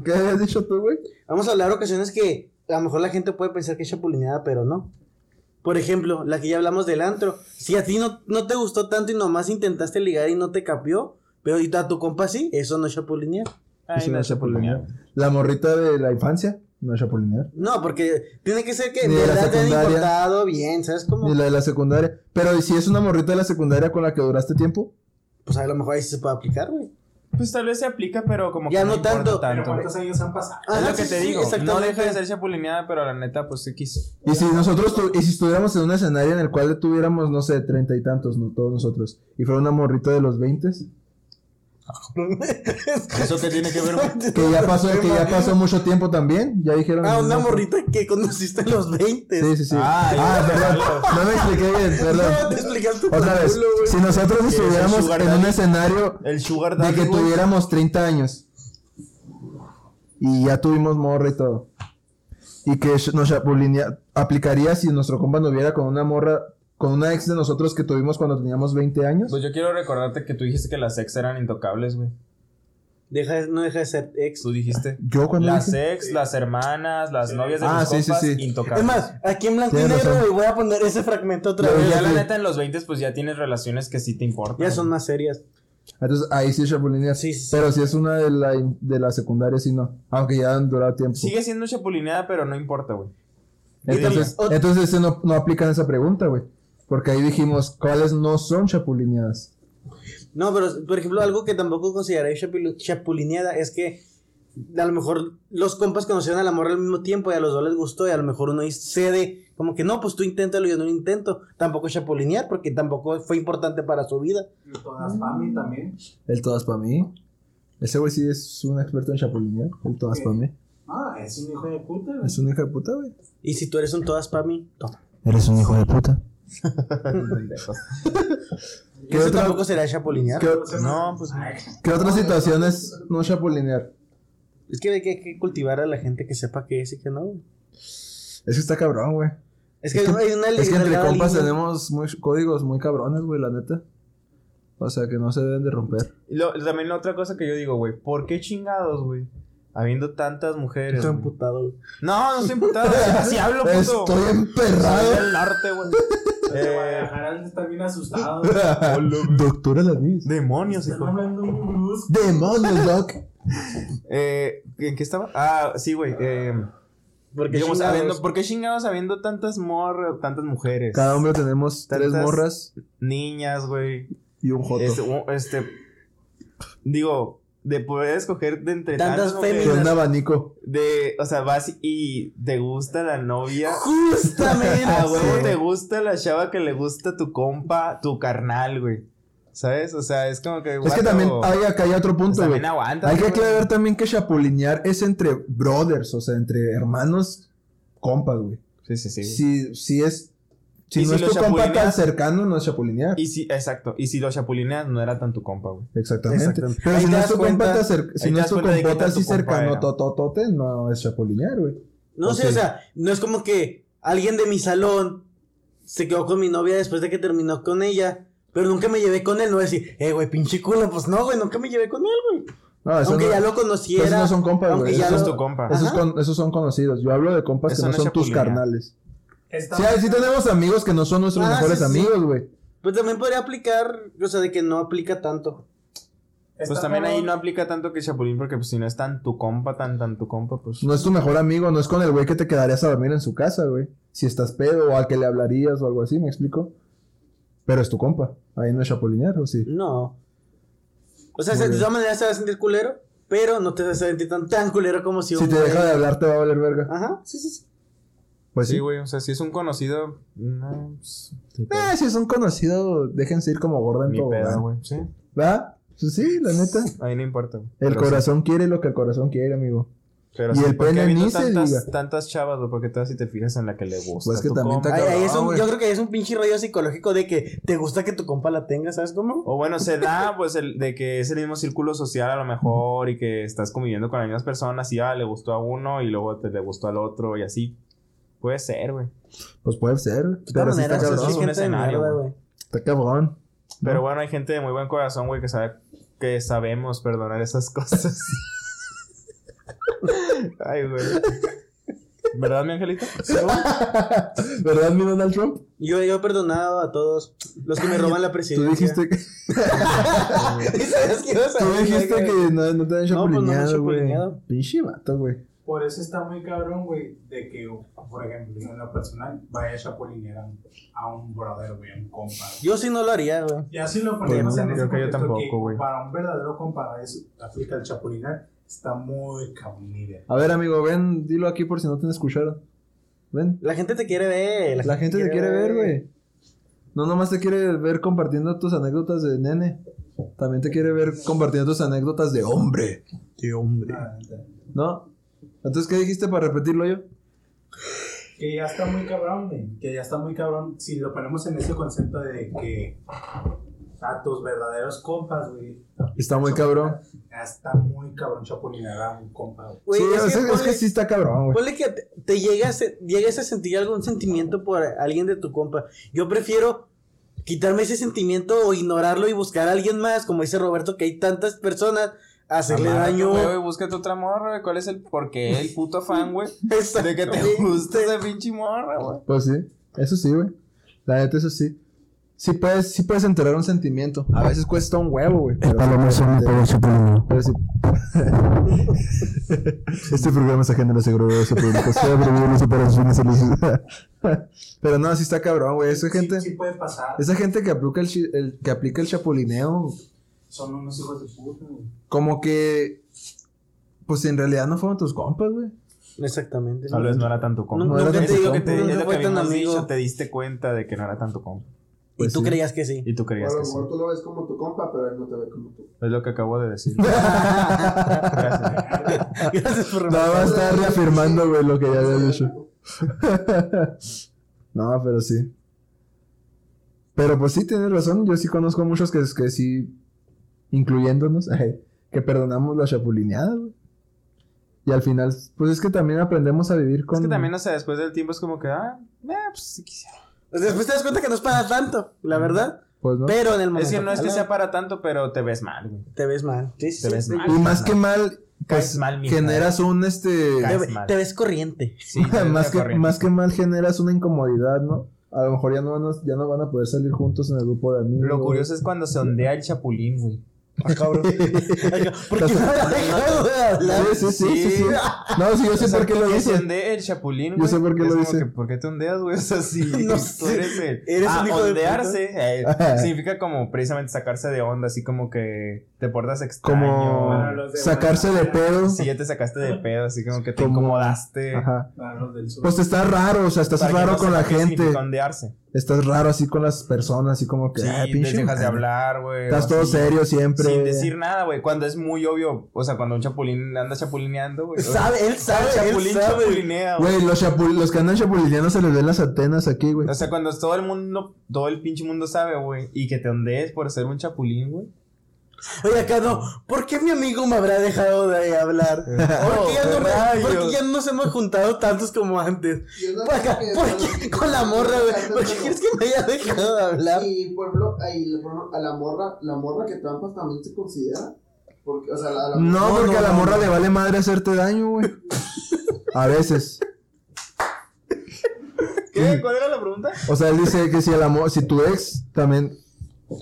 ¿qué habías dicho tú, güey? Vamos a hablar ocasiones que a lo mejor la gente puede pensar que es chapulineada, pero no. Por ejemplo, la que ya hablamos del antro. Si a ti no, no te gustó tanto y nomás intentaste ligar y no te capió, pero y a tu compa sí, eso no es chapulinear. Es Ay, una no se chapulineada. La morrita de la infancia, no es chapulinear. No, porque tiene que ser que en Ni de la verdad te han secundaria. importado bien, ¿sabes cómo? Ni la de la secundaria. Pero ¿y si es una morrita de la secundaria con la que duraste tiempo, Pues a lo mejor ahí sí se puede aplicar, güey. Pues tal vez se aplica, pero como Ya que no importa tanto. Pero cuántos años han pasado. Ah, Es Ajá, lo que sí, te sí, digo. No exactamente. deja de ser chapulineada, pero la neta, pues sí quiso. y si nosotros, tu- y si estuviéramos en un escenario en el cual tuviéramos, no sé, treinta y tantos, no todos nosotros, y fuera una morrita de los veintes, ¿Eso qué tiene que ver? que ya pasó, que ya pasó mucho tiempo también, ya dijeron. Ah, una no, morrita que conociste a los 20. Sí, sí, sí. Ah, Ah, perdón, no me expliqué bien, No, te perdón. explicaste Otra por vez, culo, güey. si nosotros es el estuviéramos sugar en un daddy? escenario El sugar de daddy, que güey. tuviéramos 30 años y ya tuvimos morra y todo, y que sh- nos chapulinea- aplicaría si nuestro compa nos viera con una morra, con una ex de nosotros que tuvimos cuando teníamos 20 años. Pues yo quiero recordarte que tú dijiste que las ex eran intocables, güey. Deja- no deja de ser ex. Tú dijiste. Yo cuando Las dije, ex, las hermanas, las novias de Ah, mis sí, sí, compas, sí. intocables. Es más, aquí en blanco y Tienes negro, razón. güey, voy a poner ese fragmento otra Ya, vez. ya la sí. neta en los 20 pues ya tienes relaciones que sí te importan. Ya son más serias. entonces ahí sí es chapulinea. Sí, sí, sí. Pero si es una de la, in- de la secundaria, sí no, aunque ya han durado tiempo. Sigue siendo chapulineada, pero no importa, güey. Entonces, Ot- entonces ese no, no aplican esa pregunta, güey. Porque ahí dijimos cuáles no son chapulineadas. No, pero por ejemplo, algo que tampoco consideré chapilu- chapulineada es que a lo mejor los compas conocieron al amor al mismo tiempo y a los dos les gustó y a lo mejor uno ahí cede. Como que no, pues tú inténtalo, yo no lo intento. Tampoco es chapulinear porque tampoco fue importante para su vida. Y Todas mami también. El todas para mí. Ese güey sí es un experto en chapulinear. El todas para mí. Ah, es un hijo de puta. güey. Es un hijo de puta, güey. Y si tú eres un todas para mí, toma. Eres un hijo de puta. ¿Qué Eso otra- tampoco será chapulinear. ¿Qué, No, pues no. Ay, qué otra situación es no chapulinear? Es que hay que, hay que cultivar a la gente que sepa qué es y qué no. Es que está cabrón, güey. Es que hay una- hay una Es que entre delgada compas línea. tenemos muy- códigos muy cabrones, güey, la neta. O sea, que no se deben de romper. Y lo- también otra cosa que yo digo, güey, ¿por qué chingados, güey? Habiendo tantas mujeres. Estoy güey. emputado, güey. No, no estoy imputado. Así hablo, puto. Estoy Soy emperrado. del norte, güey. De Eh, Guadalajara han de estar bien asustados. Doctora Lanis. demonios, Están hijo. hablando muy brusco. Demonios, Doc. Eh, ¿En qué estaba? Ah, sí, güey. Eh, Porque digamos, chingados. habiendo- ¿Por qué chingados habiendo tantas morras, tantas mujeres? Cada hombre tenemos tres Tantas- morras Niñas, güey. y un joto. Este, u- este, digo, de poder escoger de entre Tantas tantas, mujeres, Que un abanico. de, o sea, vas y te gusta la novia. Justamente. Ah, A Ah, huevo te gusta la chava que le gusta tu compa, tu carnal, güey. ¿Sabes? O sea, es como que. pues, Es que también hay acá hay otro punto, güey. Hay que aclarar también que chapulinear es entre brothers, o sea, entre hermanos compas, güey. Sí, sí, sí. güey. Si, si es. Si ¿Y no si es lo tu compa tan chapulineas? cercano, no es chapulinear. Y si, exacto. Y si lo chapulineas, no era tan tu compa, güey. Exactamente. Exactamente. Pero Ahí si te no es das tu compa cuenta- tan cercano, ahí si te no es das tu cuenta de qué compota tanto así compa cercano, era. tototote, no es chapulinear, güey. No sé, Ok. o sea, no es como que alguien de mi salón se quedó con mi novia después de que terminó con ella. Pero nunca me llevé con él, no voy a decir, eh, güey, pinche culo, pues no, güey, nunca me llevé con él, güey. No, eso Aunque no, ya lo esos conociera. no son compas, aunque güey. ya Esos, Eso es lo- tu compa. esos Ajá. con- esos son conocidos. Yo hablo de compas que Eso no, no es son tus chapulinear. carnales. Está- Sí, sí tenemos amigos que no son nuestros Ah, mejores sí, sí. amigos, güey. Pues también podría aplicar, o sea, de que no aplica tanto. está Pues también ahí cabrón. no aplica tanto que chapulín, porque pues, si no es tan tu compa, tan tan tu compa, pues. No es tu mejor amigo, no es con el güey que te quedarías a dormir en su casa, güey. Si estás pedo o al que le hablarías o algo así, ¿me explico? Pero es tu compa. Ahí no es chapulinear, ¿o sí? No. O sea, Muy de bien. todas maneras se va a sentir culero. pero no te vas a sentir tan, tan culero como si, Si un te güey- deja de hablar, te va a valer verga. Ajá, sí, sí, sí. Pues Sí, sí. güey, o sea, si es un conocido. No, pues, ni Ah, si es un conocido, déjense ir como gorda en pedo, ni pedo, tobogán. güey. Sí, ¿Va? Pues sí, la neta. ahí no importa. güey. El Pero corazón quiere lo que el corazón quiere, amigo. sí, pero y sí, el ¿por qué pene habiendo ni se tantas, diga? Tantas chavas, güey, porque todas si te fijas en la que le gusta. Pues que tu también compa. te- Ahí- ahí cabrón, es un- güey. yo creo que ahí es un pinche rollo psicológico de que te gusta que tu compa la tenga, ¿sabes cómo? O bueno, se da, pues, el, de que es el mismo círculo social a lo mejor y que estás conviviendo con las mismas personas y ah, le gustó a uno y luego te le gustó al otro y así. Puede ser, güey. Pues puede ser, De pero todas sí está maneras, cabrón. es un gente de escenario, mierda, güey. Está cabrón. Pero bueno, hay gente de muy buen corazón, güey, que sabe que sabemos perdonar esas cosas. Ay, güey. ¿Verdad, mi angelito? ¿Verdad, mi Donald Trump? Yo, yo he perdonado a todos los que me roban la presidencia. Tú dijiste que, ¿Y sabes qué ibas a tú decir, dijiste güey? que no, no te han No, pues no me han chapulineado, güey. chapulineado. Pinche vato, güey. Por eso está muy cabrón, güey, de que, por ejemplo, yo en lo personal, vaya a chapulinear a un- a un brother, güey, a un compa. güey. Yo sí no lo haría, güey. Y así lo ponemos no, en Pues ese creo que yo contexto tampoco, güey. Para un verdadero compa, es aplica el chapulinar, está muy cabrón. idea. A ver, amigo, ven, dilo aquí por si no te han escuchado. Ven. La gente te quiere ver. La gente te quiere ver, güey. No nomás te quiere ver compartiendo tus anécdotas de nene. También te quiere ver compartiendo tus anécdotas de hombre. De hombre. ¿No? Entonces, ¿qué dijiste para repetirlo yo? Que ya está muy cabrón, güey. Que ya está muy cabrón. Si lo ponemos en ese concepto de que a tus verdaderos compas, güey. Está muy cabrón. Ya está muy cabrón chapulinar a un compa, Güey, güey. sí, es, que es ponle, que sí está cabrón, güey. ponle que te, te llegas, llegas a sentir algún sentimiento por alguien de tu compa. Yo prefiero quitarme ese sentimiento o ignorarlo y buscar a alguien más, como dice Roberto, que hay tantas personas, hacerle Amárrate, daño. güey, güey, búscate otra morra, güey. ¿Cuál es el por qué el puto fan, güey? Exacto. De que te gusta esa pinche morra, güey. Pues sí, eso sí, güey. La neta, eso sí. Sí puedes, sí puedes enterrar un sentimiento. A veces cuesta un huevo, güey. Pero sí puedes enterrar. Pero sí. este programa es ajeno a la seguridad de su público. Sea prohibido el uso para sus fines ilícitos. Pero no, sí está cabrón, güey. Esa Sí, gente, sí puede pasar. esa gente que aplica el, chi- el- que aplica el chapulineo, Son unos hijos de puta, güey. como que. Pues en realidad no fueron tus compas, güey. Exactamente. Tal vez no era tanto compa. No, Nunca era te tanto digo que Es compa. lo nunca que fue tan habíamos amigo. dicho, te diste cuenta de que no era tanto compa. Pues y tú sí. creías que sí. Y tú O a creías lo que sí. mejor tú lo ves como tu compa, pero él no te ve como tú. Es lo que acabo de decir. Gracias por Nada más está reafirmando, güey, lo que ya había dicho. Yo no, pero sí. Pero pues sí, tienes razón. Yo sí conozco muchos que, que sí, incluyéndonos, ay, que perdonamos la chapulineada, güey. Y al final, pues es que también aprendemos a vivir con... Es que también, o sea, después del tiempo es como que, ah, eh, pues sí quisiera. Después te das cuenta que no es para tanto, la verdad. pues, ¿no? Pero en el momento. Es que no es que la- sea para tanto, pero te ves mal, güey. Te ves mal. Sí, sí, Te sí. ves mal. Y más que mal, Caes pues, mal, mija. generas un, este... Te, Caes ve- mal. te ves corriente. Sí, te ves más, de que, corriente. más que mal generas una incomodidad, ¿no? A lo mejor ya no, van a, ya no van a poder salir juntos en el grupo de amigos. Lo curioso es cuando se ondea el chapulín, güey. ¿Por qué no me has dejado de hablar? Sí, sí, sí, sí, sí. No, sí, yo sé O sea, por qué lo que se dicen. ondee el chapulín, Yo güey. sé por qué Es lo como dicen. que, ¿Por qué te ondeas, güey? O sea, sí. No tú sé. eres el. Eres Ah, un hijo de ondearse. eh, significa como precisamente sacarse de onda, así como que te portas extraño. Como los de sacarse de pedo. Si ya te sacaste de pedo, así como que te Como- incomodaste. Ajá. Ah, los del sur. Pues te estás raro, o sea, estás Para que raro no con sepa la qué gente. significa ondearse. Estás raro así con las personas, así como que. Sí, ah, te pinche dejas madre. de hablar, güey. Estás todo así, serio siempre. Sin decir nada, güey. Cuando es muy obvio, o sea, cuando un chapulín anda chapulineando, güey. o sea, Sabe, él sabe, él Chapulín sabe. chapulinea, güey. Güey, los, chapu- los que andan chapulineando se les ven las antenas aquí, güey. O sea, cuando todo el mundo, todo el pinche mundo sabe, güey. Y que te ondees por ser un chapulín, güey. Oye, acá no. ¿Por qué mi amigo me habrá dejado de hablar? ¿Por qué ya no, me- por qué ya no nos hemos juntado tantos como antes? no Por acá, sé ¿por qué- qué con la morra, güey? ¿Por qué crees que me haya dejado de hablar? Y por ejemplo, ahí, le ponen a la morra, la morra que trampas también se considera. Porque, o sea, la, la no, no, porque a la no, morra no. le vale madre hacerte daño, güey. A veces. ¿Qué? ¿Cuál era la pregunta? O sea, él dice que si, el amor, si tu ex también.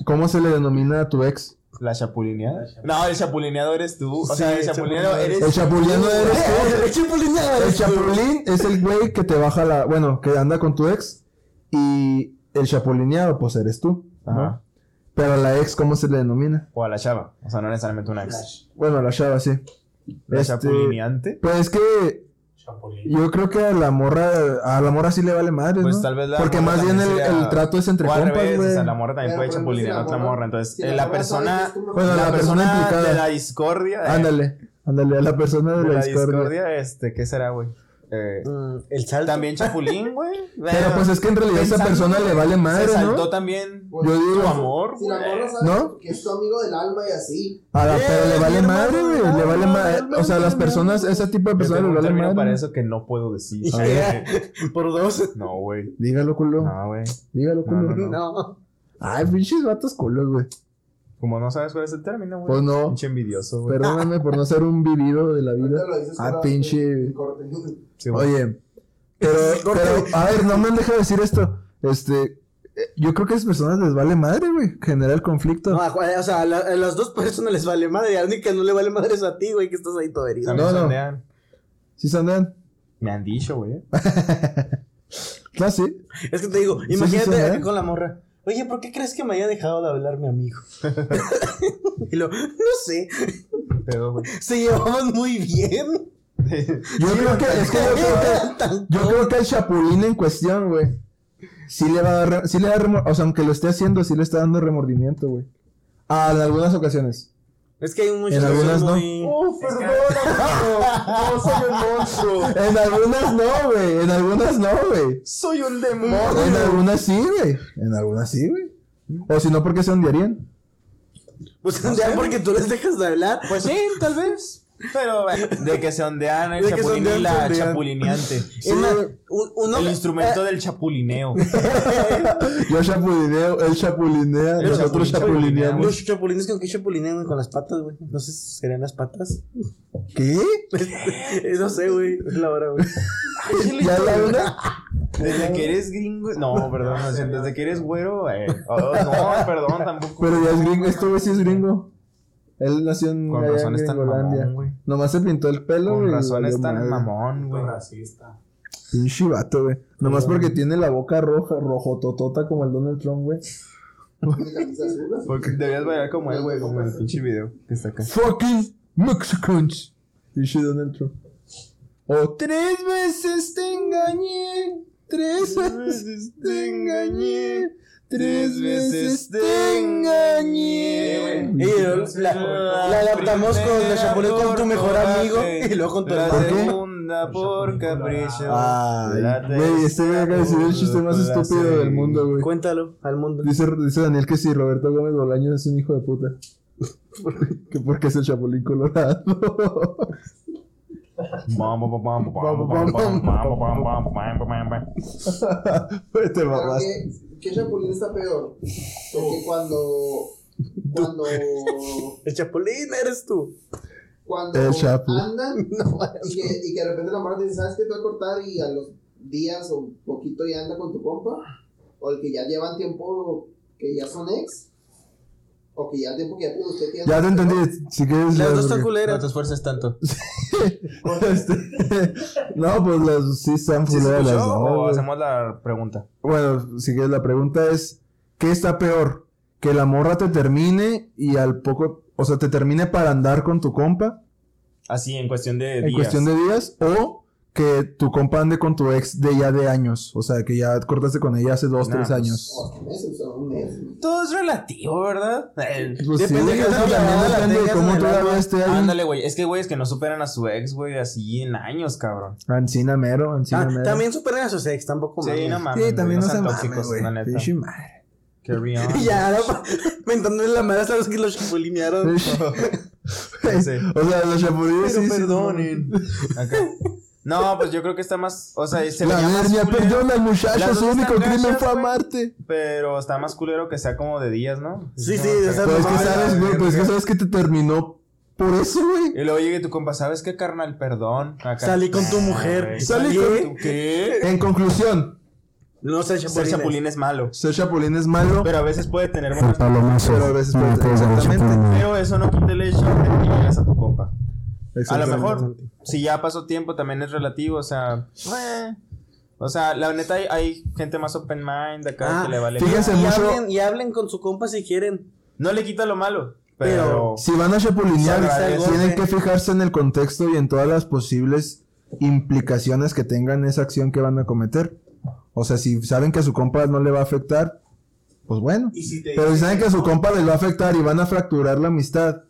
¿Cómo se le denomina a tu ex? La chapulineada. No, el chapulineado eres tú. O Sí, sea, el el chapulineado chapulineado eres El chapulineando eres tú. El chapulín El chapulín es el güey que te baja la. Bueno, que anda con tu ex. Y el chapulineado, pues eres tú. ¿no? Ajá. Pero a la ex, ¿cómo se le denomina? O a la chava. O sea, no necesariamente una ex. Bueno, a la chava, sí. La Este- chapulineante. Pues es que Chapulín. yo creo que a la morra, a la morra sí le vale madre, Pues ¿no? tal vez la Porque morra más bien el, también sería- el trato es entre O al compas, revés, o güey. sea, la morra también Pero, puede pero chapulinear si a la otra morra- morra. Entonces, si eh, la la morra sabe persona. que es tu Bueno, mejor la La amiga, persona persona de implicada. la discordia. eh, Ándale, ándale, a la persona de, De la la discordia. discordia, este, ¿qué será, güey? Eh, Mm, el salto. También Chapulín, güey. Pero pues es que en realidad a esa Pensando persona le vale madre, Se saltó ¿no? también pues, Yo tu digo, amor, Si la güey. morra sabe ¿No? que es tu amigo del alma y así. a la- Ah, pero le Eh, vale mi madre, hermano, güey. Le vale no, madre. no, O sea, no, las no, personas, no. ese tipo de Yo personas tengo le un vale término madre. para eso que no puedo decir. Y- A ver, Por dos. No, güey. Dígalo, culo. No, güey. Dígalo, No, culo. no, no. No. Ay, pinches vatos culos, güey. Como no sabes cuál es el término, güey. Pues no. Pinche envidioso, güey. Perdóname por no ser un vivido de la vida. Ahorita lo dices Ah, ahora, pinche. corte. Sí, güey. Oye, pero, pero, a ver, no me han dejado decir esto. Este, eh, yo creo que a esas personas les vale madre, güey, generar el conflicto. No, a- o sea, a, la- a las dos personas les vale madre. A la única que no le vale madre es a ti, güey, que estás ahí todo herido. También no, no. sondean. ¿Sí se andan? Me han dicho, güey. Ah, sí. Es que te digo, Sí, imagínate sí, sí, ¿eh? con la morra. Oye, ¿por qué crees que me haya dejado de hablar mi amigo? y lo, no sé, Pero, güey. se llevaban muy bien. Yo creo que, es que yo creo que, Eran tan- yo creo que el chapulín en cuestión, güey, sí le va a dar, re- sí le da remor- o sea, aunque lo esté haciendo, sí le está dando remordimiento, güey. Ah, en algunas ocasiones. Es que hay Pues muchos En que algunas son no. muy... Oh, No, soy un monstruo. En algunas no, güey. En algunas no, güey. Soy un En demonio. algunas sí, güey. En algunas sí, güey. O si no, ¿por qué se ondearían? Pues ya porque tú les dejas de hablar. Pues sí, tal vez. Pero, güey. De que se ondean el De que chapulín y sondean, la sondean. chapulineante. Sí. eh, Es más, u- uno... eh, El instrumento del chapulineo. Yo chapulineo, él chapulinea, El nosotros chapulín, chapulineamos. Los chapulines con que chapulinean güey, con las patas, güey. No sé si serán las patas. Eh, ¿Qué? no sé, güey. Es la hora, güey. ¿Ya la una? Desde que eres gringo. No, perdón, lo siento, desde que eres güero, eh. Oh, no, perdón, tampoco. Pero ya es gringo, este güey sí es gringo. Él nació en, Con allá razón en es tan Gringolandia. mamón, güey. Nomás se pintó el pelo, Con güey, razón valió es tan madre. mamón, güey. racista. Pinche vato, güey. Nomás porque tiene la boca roja, rojototota como el Donald Trump, güey. Tiene camisa azul, así. Porque deberías bailar como él, güey, como el pinche video que está acá. Fucking Mexicans. Pinche Donald Trump. O tres veces te engañé. Tres veces te engañé. Tres veces te engañé. Y luego la, la adaptamos con los chapulines con tu mejor amigo y luego con tu La hermano. ¿Por qué? segunda por capricho. Ay, La güey, este güey acaba de decir el chiste más tercera estúpido por del mundo, güey. Cuéntalo al mundo. Dice, dice Daniel que sí, Roberto Gómez Bolaños es un hijo de puta. que porque es el chapulín colorado. Bam, bam, bam, bam, bam, bam, bam, bam, bam, bam, bam, bam. Güey, te Pero mamaste. que- ¿Qué chapulín está peor? Oh. Porque cuando. Cuando. El chapulín eres tú. Cuando El chapu. andan y, que, y que de repente la morra te dice, ¿sabes qué te va a cortar? Y a los días o poquito ya anda con tu compa. O el que ya llevan tiempo que ya son ex. O que ya el tiempo que ya tiene usted tiene. Ya te entendí. Si quieres. Las ya, dos están porque- No culeras. te esfuerces tanto. Este, no, pues las sí están ¿Sí se culeras las escuchó dos, o güey. hacemos la pregunta? Bueno, si quieres, la pregunta es: ¿qué está peor? ¿Que la morra te termine y al poco. O sea, te termine para andar con tu compa Así, en cuestión de en días. cuestión de días o. Que tu compa ande con tu ex de ya de años. O sea, que ya cortaste con ella hace dos, Nah, tres pues, años. O hasta Oh, meses, o un mes. Todo es relativo, ¿verdad? Eh, Pues Depende sí, de cada también clavada la depende de tengas cómo en el todavía alma. esté ahí. Ándale, güey. Es que, güey, es que no superan a su ex, güey, así en años, cabrón. Ancina mero, ancina Ah, mero. también superan a sus ex, tampoco Sí, mames. no mames. Sí, también no güey, se mamen, tóxicos, güey. la neta. Pinche madre. Carry on. Y ya, no, mentándole la madre a los que los chapulinearon. Sí. O sea, los chapulines sí, sí, Acá. No, pues yo creo que está más. O sea, se no. le La llama más verga, culero, perdona al muchacho, Las su dos único están crimen gachas, fue güey. amarte. Pero está más culero que sea como de días, ¿no? Sí, No, sí, acá. o sea, Pero es no que mames. sabes, güey, pues es que sabes que te terminó por eso, güey. Y luego llega tu compa, ¿sabes qué, carnal? Perdón. Acá. Salí con tu Ah, mujer. güey. Salí ¿Qué? con- ¿Qué? En conclusión, No sé, Ser chapulín. chapulín es malo. ser chapulín es malo, Pero a veces puede tener buenos palomazo. pero a veces puede exactamente. Pero eso no quita el hecho de que llegas a tu compa. A lo Exactamente. mejor, si ya pasó tiempo, también es relativo, o sea... eh, O sea, la neta hay, hay gente más open mind acá Ah, que le vale. fíjense más. Y mucho- hablen, y hablen con su compa si quieren. No le quita lo malo, pero, Si van a chapulinear, Se agradece. tienen que fijarse en el contexto y en todas las posibles implicaciones que tengan esa acción que van a cometer. O sea, si saben que a su compa no le va a afectar, pues bueno. Y si te Pero si dicen saben que a su compa les va a afectar y van a fracturar la amistad,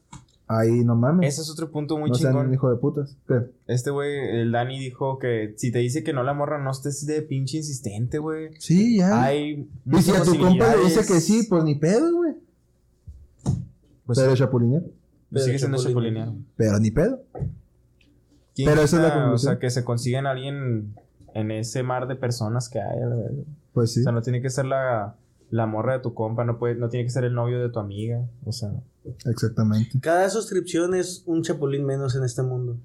ahí no mames. ese es otro punto muy no sean chingón. un hijo de putas. ¿Qué? Este güey, el Dani dijo que si te dice que no la morra, no estés de pinche insistente, güey. Sí, ya. Hay Ah. y si muchas a tu compa le dice posibilidades. que sí, pues ni pedo, güey. pues pero chapulinear. pues sigue siendo Chapulinear. chapulinear. Pero ni pedo. ¿Quién Pero esa es la quita, O conclusión. sea, que se consigan a alguien en ese mar de personas que hay. a la verga? Pues sí. O sea, no tiene que ser la, la morra de tu compa, no, puede, no tiene que ser el novio de tu amiga. O sea, Exactamente. Cada suscripción es un chapulín menos en este mundo.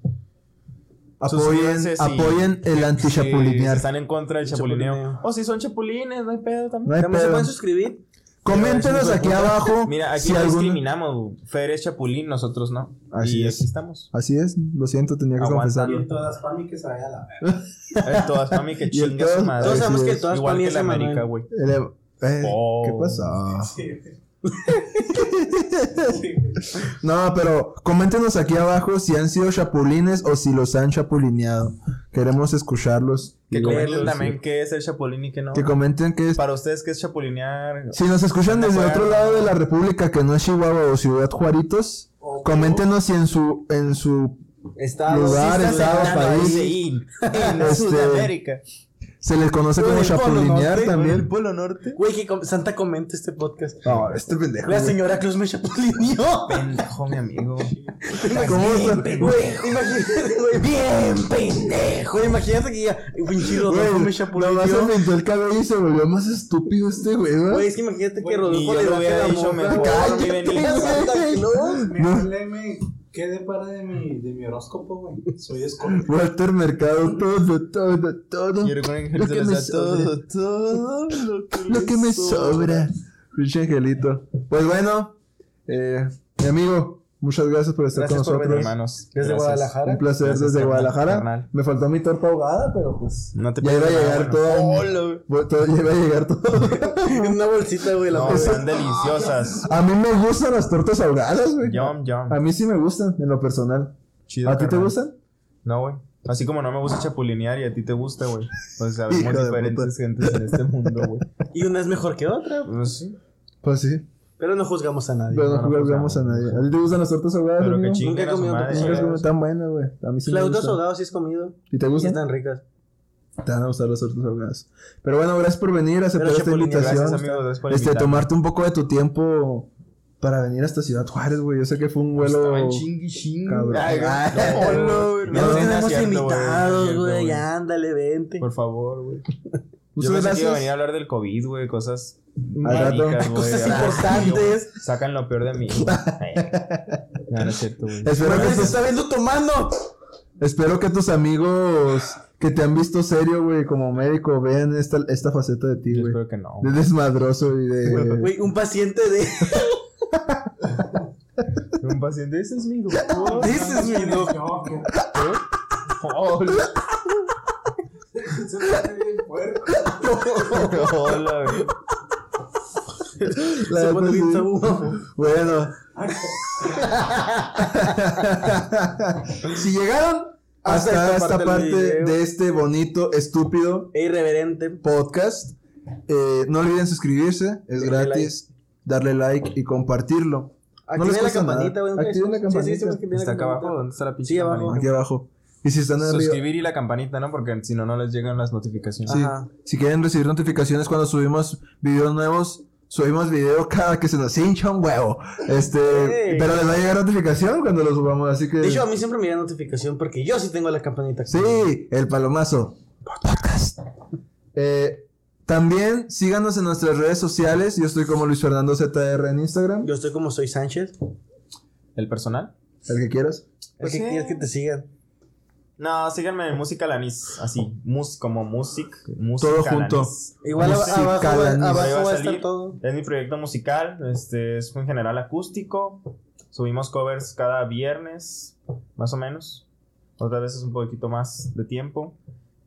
Apoyen, Suscríbanse si- apoyen el si anti-chapulinear. están en contra del chapulineo. Chapulineo. O si son chapulines, no hay pedo también. No hay También se pedo. pueden suscribir. Coméntenos aquí abajo. Mira, aquí si no alguno- discriminamos. Fer es chapulín, nosotros no. Así y es. aquí estamos. Así es, lo siento, tenía que Aguanta. bien confesarlo. todas Pami que se vaya a la verga. Eh, todas mami que Y el chinga todas- su madre. Todos sabemos sí que es. todas Igual que ponían la América, güey. El Evo- eh, Oh. ¿Qué pasó? Sí. No, pero coméntenos aquí abajo si han sido chapulines o si los han chapulineado. Queremos escucharlos. Que Y comenten leerlos, también sí. qué es el chapulín y qué no. Que comenten que es. Para ustedes, ¿qué es chapulinear? Si nos escuchan No desde puedo. otro lado de la República que no es Chihuahua o Ciudad Juaritos, O- coméntenos si en su en su Está Lugar, estado, país. En Este, Sudamérica. se les conoce como chapulinear también. Polo Norte. Güey, que com- Santa comente este podcast. No, este pendejo. La güey. señora Cruz me chapulineó. Pendejo, mi amigo. ¿Cómo está? Güey, imagínate, güey. Bien pendejo. Güey, imagínate que ya. Pinche Rodolfo Güey, me nomás se chapulineó. pintó el cabello y se volvió más estúpido este güey, ¿verdad? Güey, es que imagínate que Güey, Y Rodolfo yo le lo da hubiera la dicho morra. mejor. Cállate, mi Benito. güey. Me No. hablé, me quedé para de mi, de mi horóscopo, güey. Soy escorpión. Walter Mercado, todo, todo, todo. Quiero con Lo Ángel que me Salazar todo. sobra. Lo que me sobra. Pinche angelito. Pues bueno, eh, mi amigo, muchas gracias por estar Gracias con por venir, nosotros. hermanos. Desde Gracias. Guadalajara. Un placer Gracias, desde carnal, Guadalajara. carnal. Me faltó mi torta ahogada, pero pues. No te ya iba a pierdas nada, llegar bueno. todo. todo- Ya iba a llegar todo. En una bolsita, güey. La No, morra. están deliciosas. A mí me gustan las tortas ahogadas, güey. Yum, yum. A mí sí me gustan, en lo personal. Chido, ¿A ti te carnal. gustan? No, güey. Así como no me gusta chapulinear y a ti te gusta, güey. Pues Hijo sabemos de diferentes gentes en este mundo, güey. Y una es mejor que otra. Pues sí. Pues sí. Pero no juzgamos a nadie. Pero no, no no, pues, jugamos a no. nadie. ¿A ti te gustan las tortas ahogadas? Pero eh. que amigo? chinguen Nunca he a su comido madre. Nunca tortas has comido tan buena, güey. A mí sí me Las dos gustan. ahogados sí es comido. ¿Y te Y gustan? están ricas. Te van a gustar las tortas ahogadas. Pero bueno, gracias por venir, aceptar Pero, esta Chapulín, invitación. Gracias, amigos. Gracias por este, invitarme. tomarte un poco de tu tiempo para venir hasta Ciudad Juárez, güey. Yo sé que fue un vuelo. Estaba en chingui chingui. Cabrón. Ay, Ay, no, no, Ya no, no, nos tenemos no, cierto, güey, no es invitados, cierto, güey. Ya, ándale, vente. Por favor, güey. Yo Muchas pensé que iba a gracias. venir a hablar del COVID, güey. Cosas Al rato. maricas, güey. Cosas Ay, importantes. yo- Sacan lo peor de mí. Ay. No, no es cierto, güey. Espero que, se tus, está viendo tomando! espero que tus amigos que te han visto serio, güey, como médico, vean esta, esta faceta de ti, Yo güey. espero que no. De desmadroso y de. Güey, un paciente de... Un paciente, ese es mi doctor. This is me, no. No, que- Hola, se me hace bien puerco. hola, güey. La Se neta, pone bien sí. sabugo. Bueno. si llegaron Hasta hasta, esta esta parte del parte video. de este bonito, estúpido E irreverente. podcast. Eh, no olviden suscribirse, es Darle gratis. Darle like y compartirlo. No les Activen la cuesta nada. campanita, güey. Activen la Sí, sí, sí, campanita. activen la ¿Está acá campanita. abajo? ¿Dónde está la pinche Sí, abajo. campanita? Aquí abajo. Y si están arriba, Suscribir y la campanita, ¿no? Porque si no, no les llegan las notificaciones. sí. Ajá. si quieren recibir notificaciones cuando subimos videos nuevos, subimos video cada que se nos hincha un huevo. Este, Ey. pero les va a llegar notificación cuando lo subamos, así que De hecho, a mí siempre me llega notificación porque yo sí tengo la campanita. Sí, el palomazo. Podcast. Eh, también síganos en nuestras redes sociales. Yo estoy como Luis Fernando ZR en Instagram. Yo estoy como soy Sánchez. ¿El personal? El que quieras. Es que Pues Sí. quieres que te sigan. No, síganme en Música Lanis. Así, mus, como music. Todo música junto. Lanis. Igual ab- Musical, abajo, va- Anis. abajo Ahí va a va a estar salir. todo. Es mi proyecto musical. Este es en general acústico. Subimos covers cada viernes, más o menos. Otras veces un poquito más de tiempo.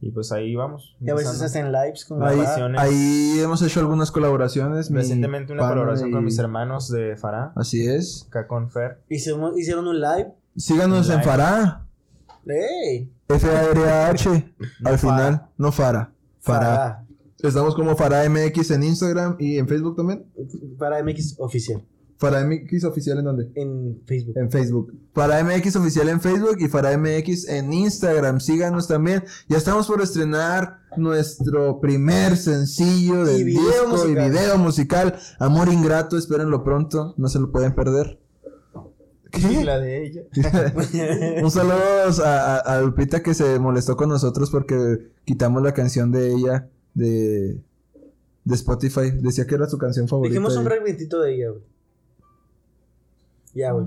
Y pues ahí vamos. Y a veces hacen empezando. lives con Ahí- Ahí, la Grabaciones. ahí hemos hecho algunas colaboraciones. mi Recientemente una pana colaboración y- con mis hermanos de Farah, Así es. acá con Fer. Hicieron, hicieron un live. Síganos en Like. Fará. ¡Ey! F-A-R-A-H. No al final, Farah. no Fará. Fará. Para, Estamos como Fará MX en Instagram y en Facebook también. para MX Oficial. Fará MX oficial en dónde? En Facebook. En Facebook. Farah MX oficial en Facebook y Farah MX en Instagram. Síganos también. Ya estamos por estrenar nuestro primer sencillo del Y video disco musical. y video musical. Amor ingrato, espérenlo pronto. No se lo pueden perder. Y ¿Qué? la de ella. Un saludo a, a- a Lupita que se molestó con nosotros porque quitamos la canción de ella de, de Spotify. Decía que era su canción favorita. Dijimos un Y- fragmentito de ella, güey. Ya, güey.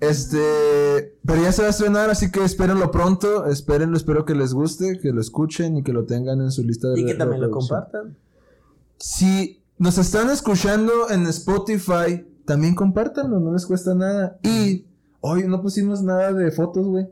Este, pero ya se va a estrenar, así que espérenlo pronto, espérenlo, espero que les guste, que lo escuchen y que lo tengan en su lista de Y que también lo reproducción. compartan. Si nos están escuchando en Spotify, también compártanlo, no les cuesta nada. Y hoy no pusimos nada de fotos, güey.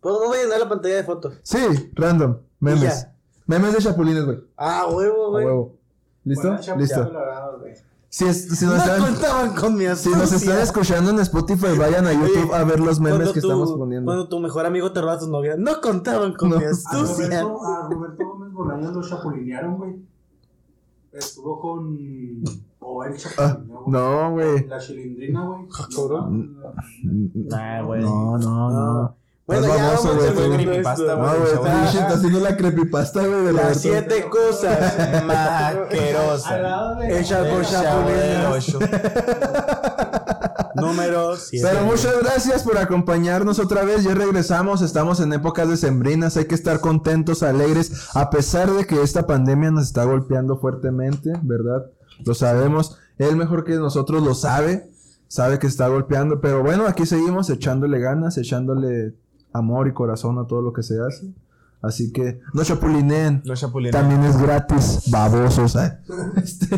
Pues no voy a llenar la pantalla de fotos. Sí, random, Y memes. ya. Memes de chapulines, güey. Ah, huevo, A güey. huevo. ¿Listo? Bueno, Listo. Colorado, güey. Si, es- si No nos están, contaban con mi si nos astucia. están escuchando en Spotify, vayan a YouTube a ver los memes Cuando que tu- estamos poniendo. Cuando tu mejor amigo te roba a tu novia. No contaban con No. mi A astucia. Roberto, a Roberto Gómez Bolaños lo chapulinearon, güey. Estuvo con. O él chapulineó, güey. Ah, No, güey. La chilindrina, güey. cabrón. Nah, güey. No, no, no. Bueno, Estás ya baboso, güey, vamos tú. terminando Creepypasta, esto. No, güey, Ah, pinche, está haciendo la creepypasta, güey, de la Las versión. siete cosas más asquerosas. Al lado de. Hecha por Pues El chavo del chapulines. ocho. Número 7. Pero muchas gracias por acompañarnos otra vez. Ya regresamos, estamos en épocas decembrinas, hay que estar contentos, alegres, a pesar de que esta pandemia nos está golpeando fuertemente, ¿verdad? Lo sabemos. Él mejor que nosotros lo sabe, sabe que está golpeando, pero bueno, aquí seguimos echándole ganas, echándole amor y corazón a todo lo que se hace. Así que no chapulinen, No chapulinen. también es gratis, babosos. ¿eh?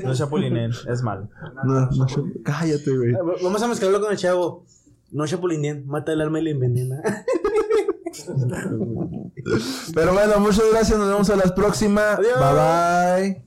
No chapulinen. Es malo. No, no, chapu- cállate, güey. Vamos a mezclarlo con el chavo. No chapulinien, mata el arma y lo envenena. Pero bueno, muchas gracias. Nos vemos a las próximas. Adiós. Bye bye.